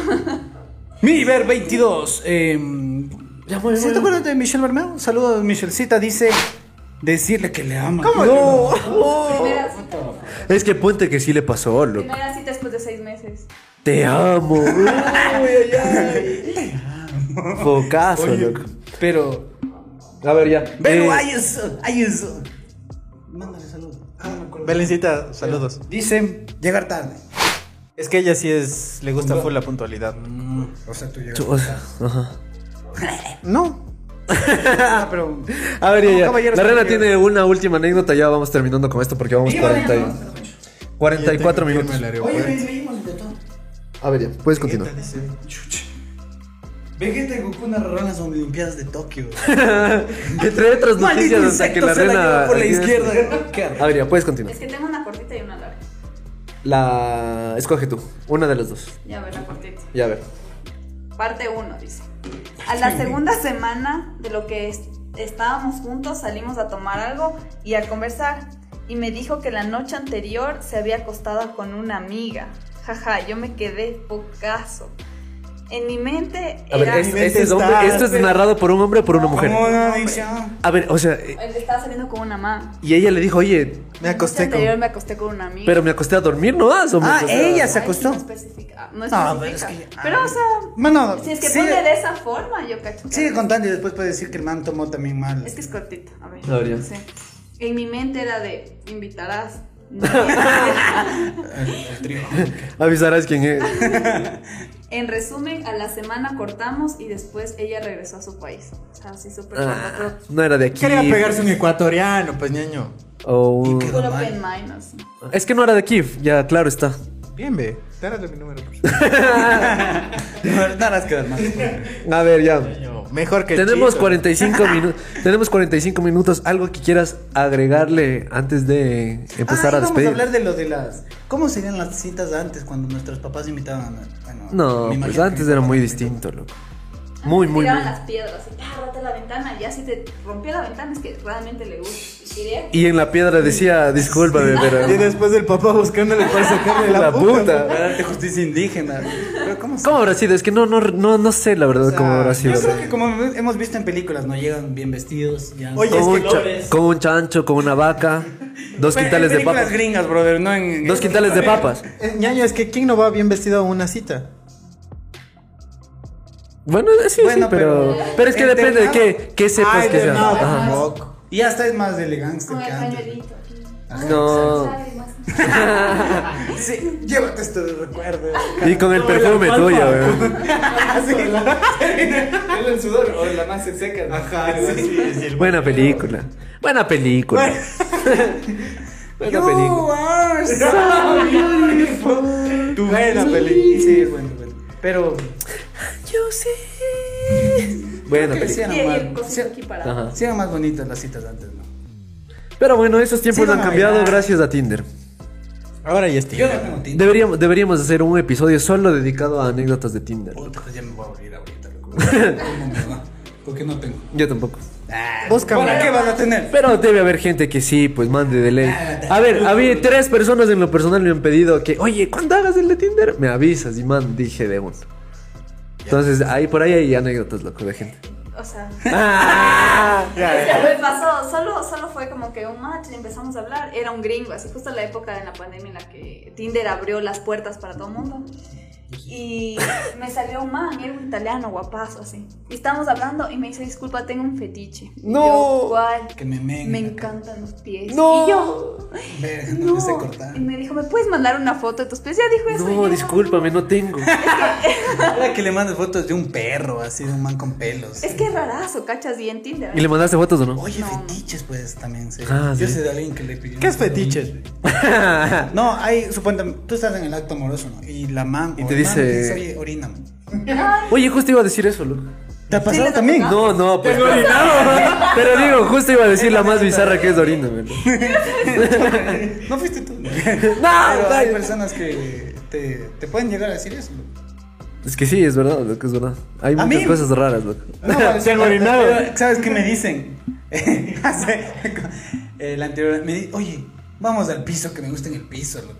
Speaker 2: Miver 22. Eh, ¿Se te acuerdan de Michelle Bermeo? Un saludo a Michelcita. Dice decirle que le ama. ¿Cómo no?
Speaker 4: Primera cita,
Speaker 1: Es que ponte que sí le pasó, loco.
Speaker 4: primera cita después de seis meses.
Speaker 1: Te amo. Uy, ay, ay. Focazo, loco.
Speaker 2: Pero.
Speaker 1: A ver, ya.
Speaker 2: Pero
Speaker 1: Eh,
Speaker 2: hay eso. Hay eso. Mándale saludo. Ah, no me acuerdo.
Speaker 3: Belencita, saludos.
Speaker 2: Dice llegar tarde.
Speaker 3: Es que ella sí es. Le gusta full la puntualidad.
Speaker 2: O sea, tú llegas.
Speaker 1: chu- o sea, ajá.
Speaker 2: [laughs]
Speaker 3: No.
Speaker 2: pero.
Speaker 1: A ver,
Speaker 2: Como
Speaker 1: ya, ya.
Speaker 2: caballeros
Speaker 1: La Rena
Speaker 2: caballeros.
Speaker 1: tiene una última anécdota. Ya vamos terminando con esto porque vamos 40 y- 44 minutos.
Speaker 2: Oye, ven, seguimos de todo.
Speaker 1: A ver, ya, puedes continuar.
Speaker 2: Vegeta y Goku narraron las Olimpiadas de Tokio.
Speaker 1: Entre otras noticias, hasta que la
Speaker 2: se la
Speaker 1: Rena.
Speaker 2: llevó por la [laughs] izquierda.
Speaker 1: A ver, ya, puedes continuar.
Speaker 4: Es que tengo una cortita y una larga.
Speaker 1: La. Escoge tú. Una de las dos.
Speaker 4: Ya, a ver, la cortita.
Speaker 1: Ya, a ver.
Speaker 4: Parte 1 dice. A la segunda semana de lo que es- estábamos juntos salimos a tomar algo y a conversar y me dijo que la noche anterior se había acostado con una amiga. Jaja, yo me quedé pocaso. En mi mente
Speaker 1: A ver,
Speaker 4: era-
Speaker 1: es-
Speaker 3: Mi mente
Speaker 1: este es
Speaker 3: está-
Speaker 1: hombre- esto es narrado por un hombre o por una mujer.
Speaker 2: Como una adicción.
Speaker 1: A ver, o sea, eh,
Speaker 4: él estaba saliendo con una mamá.
Speaker 1: y ella le dijo, oye,
Speaker 3: Me
Speaker 4: La noche
Speaker 3: acosté con.
Speaker 4: anterior me acosté con una amiga.
Speaker 1: pero me acosté a dormir, ¿no? Ah, o me
Speaker 2: Ah,
Speaker 1: acosté a-
Speaker 2: ella se
Speaker 4: Ay,
Speaker 2: acostó.
Speaker 4: No especifica.
Speaker 2: No,
Speaker 4: No
Speaker 2: pero
Speaker 4: especifica.
Speaker 2: es que-
Speaker 4: Pero, o sea,
Speaker 2: Bueno,
Speaker 4: si es que
Speaker 2: sigue-
Speaker 4: pone de esa forma, yo cacho. que-
Speaker 2: Sigue contando y después puede decir que el man tomó también mal. [laughs]
Speaker 4: Es que es cortita, a ver.
Speaker 1: A ver, ya.
Speaker 4: no sé. En mi mente era de
Speaker 1: [laughs]
Speaker 4: invitarás.
Speaker 1: [laughs] Avisarás quién es.
Speaker 4: en resumen, a la semana cortamos y después ella regresó a su país. O sea, así súper
Speaker 1: Ah,
Speaker 4: corto,
Speaker 1: no era de aquí.
Speaker 3: Quería pegarse un ecuatoriano, pues ñaño.
Speaker 1: O un-
Speaker 4: pero full open mind, así.
Speaker 1: Es que no era de aquí, ya claro está.
Speaker 3: Bien, ve. Dárale mi número, [laughs] por
Speaker 2: No harás quedar mal.
Speaker 1: A ver, ya.
Speaker 3: favor. Mejor que
Speaker 1: Tenemos
Speaker 3: Chito.
Speaker 1: 45 minutos. Tenemos 45 minutos. Algo que quieras agregarle antes de empezar a
Speaker 2: Ah, y vamos a
Speaker 1: despedir.
Speaker 2: hablar de lo de las. ¿Cómo serían las citas de antes cuando nuestros papás invitaban a. bueno,
Speaker 1: No,
Speaker 2: me imagino
Speaker 1: pues
Speaker 2: que
Speaker 1: antes
Speaker 2: mi
Speaker 1: era
Speaker 2: papá
Speaker 1: muy
Speaker 2: me
Speaker 1: distinto, loco.
Speaker 2: invitó.
Speaker 1: Muy,
Speaker 4: Te
Speaker 1: muy,
Speaker 4: tiraban
Speaker 1: muy.
Speaker 4: las piedras y ah, rata la ventana. Y así te rompía la ventana, es que realmente le gusta. Y quería.
Speaker 1: Y en la piedra decía, discúlpame,
Speaker 3: Y
Speaker 1: pero...
Speaker 3: después el papá buscándole para sacarle la,
Speaker 1: La puta.
Speaker 2: Para darte justicia indígena. Pero ¿cómo se-
Speaker 1: ¿Cómo habrá sido? Es que no, no, no, no sé la verdad
Speaker 2: o sea,
Speaker 1: cómo habrá sido.
Speaker 2: Yo creo que como hemos visto en películas, no llegan bien vestidos. Ya.
Speaker 3: Oye,
Speaker 1: Con
Speaker 3: es que
Speaker 1: un, cha-
Speaker 3: logres.
Speaker 1: con un chancho, con una
Speaker 2: [laughs]
Speaker 1: vaca, dos
Speaker 2: Pero en
Speaker 1: quintales de
Speaker 2: películas
Speaker 1: papas.
Speaker 2: gringas, brother, no en.
Speaker 1: Dos quintales de papas.
Speaker 3: Eh, Ñaño, es que ¿quién no va bien vestido a una cita?
Speaker 1: Bueno, sí,
Speaker 2: Bueno,
Speaker 1: sí, pero.
Speaker 2: pero-
Speaker 1: Pero es que depende de
Speaker 2: Internado.
Speaker 1: qué, qué sepas
Speaker 3: Ay,
Speaker 1: pues, que
Speaker 3: de
Speaker 1: sea.
Speaker 3: nada,
Speaker 1: Ajá.
Speaker 3: tampoco.
Speaker 2: Y hasta es más de elegancia
Speaker 4: Con
Speaker 2: que
Speaker 4: el
Speaker 2: antes.
Speaker 4: pañuelito aquí.
Speaker 1: No.
Speaker 4: Lágrimas.
Speaker 2: Sí, llévate
Speaker 3: este
Speaker 2: esto de recuerdo.
Speaker 1: Y con el perfume tuyo, eh. weón.
Speaker 2: [laughs]
Speaker 7: Él en sudor o la más seca. ¿no?
Speaker 2: [laughs]
Speaker 1: Buena película. Buena película. [laughs] Buena película.
Speaker 2: ah,
Speaker 1: [laughs]
Speaker 2: Tu buena película. Sí, bueno, bueno. Pero.
Speaker 1: Yo sé. Buena
Speaker 2: creo que sí
Speaker 1: película.
Speaker 2: eran
Speaker 4: Y el
Speaker 2: más-
Speaker 4: cosito
Speaker 2: sí-
Speaker 4: aquí para.
Speaker 1: Ajá.
Speaker 2: sí eran más bonitas las citas de antes, ¿no?
Speaker 1: Pero bueno, esos tiempos
Speaker 2: Sí,
Speaker 1: han
Speaker 2: no,
Speaker 1: cambiado
Speaker 2: ya.
Speaker 1: gracias a Tinder.
Speaker 3: Ahora ya estoy.
Speaker 2: Yo no tengo Tinder.
Speaker 1: Deberíamos, deberíamos hacer un episodio solo dedicado a anécdotas de Tinder.
Speaker 2: Puta, ya me voy a abrir ahorita, loco. ¿Cómo me va? Porque no tengo.
Speaker 1: Yo tampoco.
Speaker 3: Búscame.
Speaker 2: ¿Para qué vas a tener?
Speaker 1: Pero debe haber gente que sí, pues mande de ley. A ver, había tres personas en lo personal me han pedido que, oye, cuando hagas el de Tinder, me avisas y man, dije de uno. Entonces, ahí por ahí hay anécdotas, loco, de gente.
Speaker 4: O sea.
Speaker 2: [laughs]
Speaker 1: Ah,
Speaker 4: Me pasó, solo, solo fue como que un match y empezamos a hablar. Era un gringo, así justo la época de la pandemia en la que Tinder abrió las puertas para todo el mundo. Y me salió un man, era un italiano guapazo, así. Y estábamos hablando y me dice, disculpa, tengo un fetiche. Y
Speaker 1: No.
Speaker 4: yo, ¿Cuál?
Speaker 2: Que me men-
Speaker 4: Me encantan los pies.
Speaker 1: No.
Speaker 4: Y yo,
Speaker 2: Verga, no,
Speaker 4: no.
Speaker 2: me sé cortar.
Speaker 4: Y me dijo, ¿me puedes mandar una foto de tus pies? Ya dijo eso. y
Speaker 1: no,
Speaker 4: yo,
Speaker 1: discúlpame, no tengo.
Speaker 2: Ahora que le mandas fotos de un perro, así de un man con pelos.
Speaker 4: Es que es rarazo, cachas, y en Tinder.
Speaker 1: ¿Y le mandaste fotos o no?
Speaker 2: Oye,
Speaker 4: No.
Speaker 2: fetiches, pues también sé.
Speaker 1: Ah,
Speaker 2: Yo
Speaker 1: sí.
Speaker 2: sé de alguien que le pidió.
Speaker 3: ¿Qué es
Speaker 2: un
Speaker 3: fetiches?
Speaker 2: No, hay, suponte, tú estás en el acto amoroso, ¿no? Y la man.
Speaker 1: Y
Speaker 2: o
Speaker 1: te
Speaker 2: el
Speaker 1: dice-
Speaker 2: man te Oye, oríname.
Speaker 1: Oye, justo iba a decir eso, loco.
Speaker 2: ¿Te ha pasado
Speaker 4: le
Speaker 2: también?
Speaker 1: No,
Speaker 4: tocaba.
Speaker 1: no, pues. Pero digo, justo iba a decir la más bizarra que es Dorina,
Speaker 2: [laughs]
Speaker 1: man.
Speaker 2: No fuiste tú. No,
Speaker 1: No,
Speaker 2: Pero hay
Speaker 1: no.
Speaker 2: personas que te, te pueden llegar a decir eso.
Speaker 1: Es que sí, es verdad, loco, es verdad. Hay
Speaker 2: A
Speaker 1: muchas
Speaker 2: mí-
Speaker 1: cosas raras, loco. [laughs]
Speaker 2: No,
Speaker 3: se han orinado.
Speaker 2: ¿Sabes qué me dicen? [laughs] el anterior me dice, oye, vamos al piso, que me gusta en el piso. loco".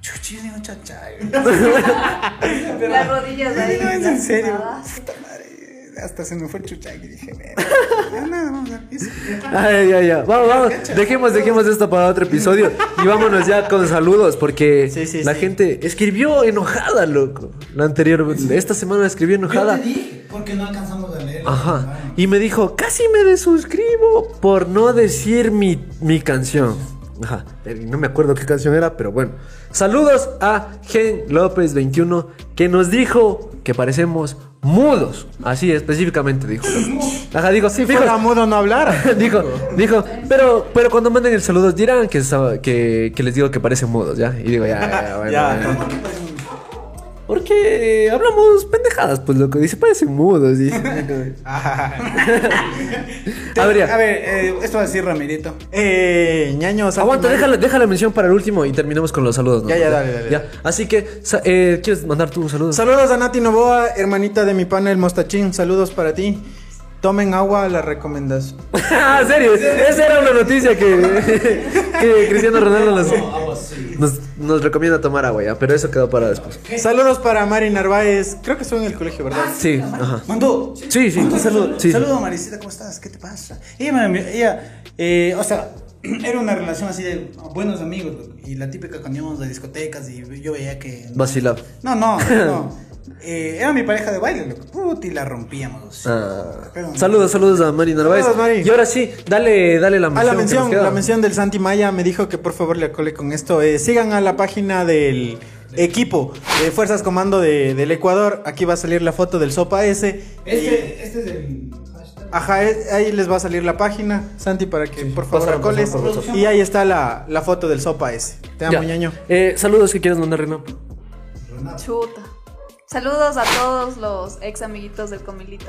Speaker 2: Chuchi, yo digo, chachai.
Speaker 1: [laughs]
Speaker 4: Las rodillas ahí.
Speaker 2: No, es en serio.
Speaker 4: lastimadas.
Speaker 2: Puta madre, Hasta se me fue el chuchai y dije, "Verga, [laughs] ya nada, vamos al piso.
Speaker 1: Ay, ya, ya. Vamos, vamos. Dejemos, dejemos esto para otro episodio. Y vámonos ya con saludos, porque
Speaker 3: Sí, sí,
Speaker 1: la
Speaker 3: sí.
Speaker 1: gente escribió enojada, loco. La anterior, esta semana escribió enojada.
Speaker 2: dije, porque no alcanzamos a leer.
Speaker 1: Ajá. Y me dijo, casi me desuscribo por no decir mi, mi canción. Ajá. Eh, No me acuerdo qué canción era, pero bueno. Saludos a Gen López21, que nos dijo que parecemos mudos. Así específicamente dijo. Ajá, digo, sí, fijos, [laughs]
Speaker 3: Fuera mudo no hablar.
Speaker 1: dijo, dijo, pero, pero cuando manden el saludo dirán que, sa- que, que les digo que parecen mudos, ¿ya? Y digo, ya, Ah, ya,
Speaker 2: [laughs]
Speaker 1: ya, bueno,
Speaker 3: Ya. [laughs]
Speaker 1: bueno. Porque hablamos pendejadas, pues loco. Dice, parecen mudos. Y,
Speaker 3: Ah,
Speaker 1: [laughs]
Speaker 2: A
Speaker 1: A ver,
Speaker 2: ver,
Speaker 1: ya.
Speaker 2: a ver eh, [laughs] esto va a decir Ramirito.
Speaker 3: Eh, Ñaño, salte
Speaker 1: Aguanta,
Speaker 3: mal.
Speaker 1: déjala, déjala mención para el último y terminamos con los saludos. ¿no?
Speaker 3: Ya, ya, dale, dale,
Speaker 1: Ya.
Speaker 3: dale.
Speaker 1: Así que, sa- eh, ¿quieres mandar tú un saludo?
Speaker 3: Saludos a Nati Novoa, hermanita de mi pana el Mostachín. Saludos para ti. Tomen agua, la recomendación.
Speaker 1: [laughs] Ah, ¿en serio? Esa era una noticia que,
Speaker 3: [laughs]
Speaker 1: que Cristiano Ronaldo nos, nos, nos recomienda tomar agua, ya. Pero eso quedó para después.
Speaker 3: Saludos para Mari Narváez. Creo que estuvo en el colegio,
Speaker 2: Ah,
Speaker 3: ¿verdad?
Speaker 1: Sí, ajá.
Speaker 2: Mandó.
Speaker 1: Sí, sí,
Speaker 2: Mandó,
Speaker 1: saludo,
Speaker 2: saludo.
Speaker 1: sí.
Speaker 2: Saludo, Marisita, ¿cómo estás? ¿Qué te pasa? Ella, me envió- ella eh, o sea, [clears throat] era una relación así de buenos amigos. loco, Y la típica cuando íbamos a discotecas y yo veía que.
Speaker 1: Vacilaba.
Speaker 2: No,
Speaker 1: [laughs]
Speaker 2: no, no. Eh, era mi pareja de baile, loco. Puta, y la rompíamos.
Speaker 1: Ah,
Speaker 2: Pero-
Speaker 1: saludos, saludos a Mari Narváez.
Speaker 3: Saludos, Mari.
Speaker 1: Y ahora sí, dale, dale la mención.
Speaker 3: A Ah, la
Speaker 1: que nos
Speaker 3: mención,
Speaker 1: queda.
Speaker 3: la mención del Santi Maya me dijo que por favor le acole con esto. Eh, sigan a la página del equipo de Fuerzas Comando de- del Ecuador. Aquí va a salir la foto del Sopa S.
Speaker 7: Este, este es el hashtag.
Speaker 3: Ajá, es- ahí les va a salir la página, Santi, para que por favor
Speaker 1: pásala,
Speaker 3: acoles.
Speaker 1: pásala, por
Speaker 3: y ahí está la, la foto del Sopa S. Te amo,
Speaker 1: Ya.
Speaker 3: ñaño.
Speaker 1: Eh, saludos que quieres mandar, Renato.
Speaker 4: Chuta. Saludos a todos los ex amiguitos del Comilito.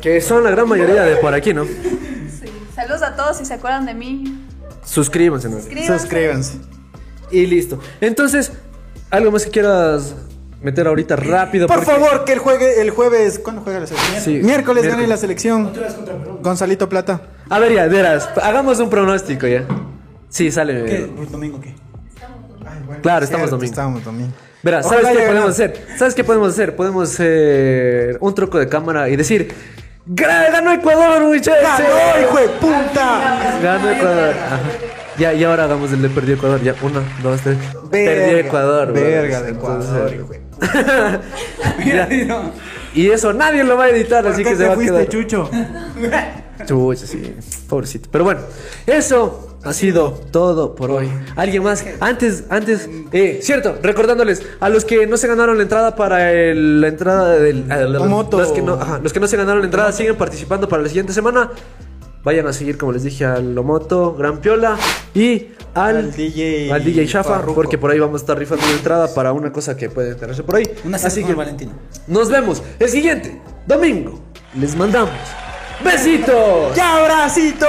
Speaker 1: Que son la gran mayoría de por aquí, ¿no?
Speaker 4: Saludos a todos si se acuerdan de mí.
Speaker 1: Suscríbanse, ¿no?
Speaker 4: Suscríbanse.
Speaker 3: Suscríbanse.
Speaker 1: Y listo. Entonces, ¿algo más que quieras meter ahorita rápido.
Speaker 3: Por
Speaker 1: porque-
Speaker 3: favor, que el, juegue, el jueves. ¿Cuándo juega la selección?
Speaker 1: Sí,
Speaker 3: miércoles gane
Speaker 1: miércoles.
Speaker 3: la selección. Gonzalito Plata.
Speaker 1: A ver, ya, verás, hagamos un pronóstico ya. Sí, sale.
Speaker 3: ¿Por domingo qué? Ay, bueno,
Speaker 1: Claro,
Speaker 3: es
Speaker 1: estamos
Speaker 3: cierto,
Speaker 1: domingo.
Speaker 3: Estamos domingo.
Speaker 1: Verás, ¿sabes
Speaker 3: Ojalá
Speaker 1: qué
Speaker 3: haya
Speaker 1: podemos
Speaker 3: ganado.
Speaker 1: hacer? ¿Sabes qué podemos hacer? Podemos hacer un truco de cámara y decir: "Gra- ¡Ganó Ecuador, muchachos!
Speaker 3: ¡Ganó, hijo de puta!
Speaker 1: Ganó Ecuador. Ajá. Ya, y ahora hagamos el de perdió Ecuador. Ya, uno, dos, tres. perdió
Speaker 3: Verga,
Speaker 1: Ecuador.
Speaker 3: Verga de
Speaker 1: brothers.
Speaker 3: Ecuador,
Speaker 1: Entonces-
Speaker 3: hijo de puta.
Speaker 2: Mira, no.
Speaker 1: [laughs] Y eso nadie lo va a editar,
Speaker 3: ¿Por
Speaker 1: así
Speaker 3: qué
Speaker 1: que se
Speaker 3: te
Speaker 1: va a
Speaker 3: fuiste,
Speaker 1: quedar.
Speaker 3: Chucho?
Speaker 1: Chucha, sí, pobrecito. Pero bueno, eso ha sido todo por hoy. ¿Alguien más? Antes, antes, eh, cierto, recordándoles a los que no se ganaron la entrada para el- la entrada del. a la-
Speaker 3: Moto.
Speaker 1: Los que, no, ajá, los que no se ganaron la entrada siguen participando para la siguiente semana. Vayan a seguir, como les dije, a Lomoto, Gran Piola y al,
Speaker 3: Al DJ
Speaker 1: al DJ Shafa,
Speaker 3: Farruko.
Speaker 1: porque por ahí vamos a estar rifando una entrada para una cosa que puede enterarse por ahí.
Speaker 2: Una
Speaker 1: Así
Speaker 2: Así
Speaker 1: que-
Speaker 2: que Valentina.
Speaker 1: nos vemos el siguiente domingo. Les mandamos besitos.
Speaker 3: ¡Ya, bracitos!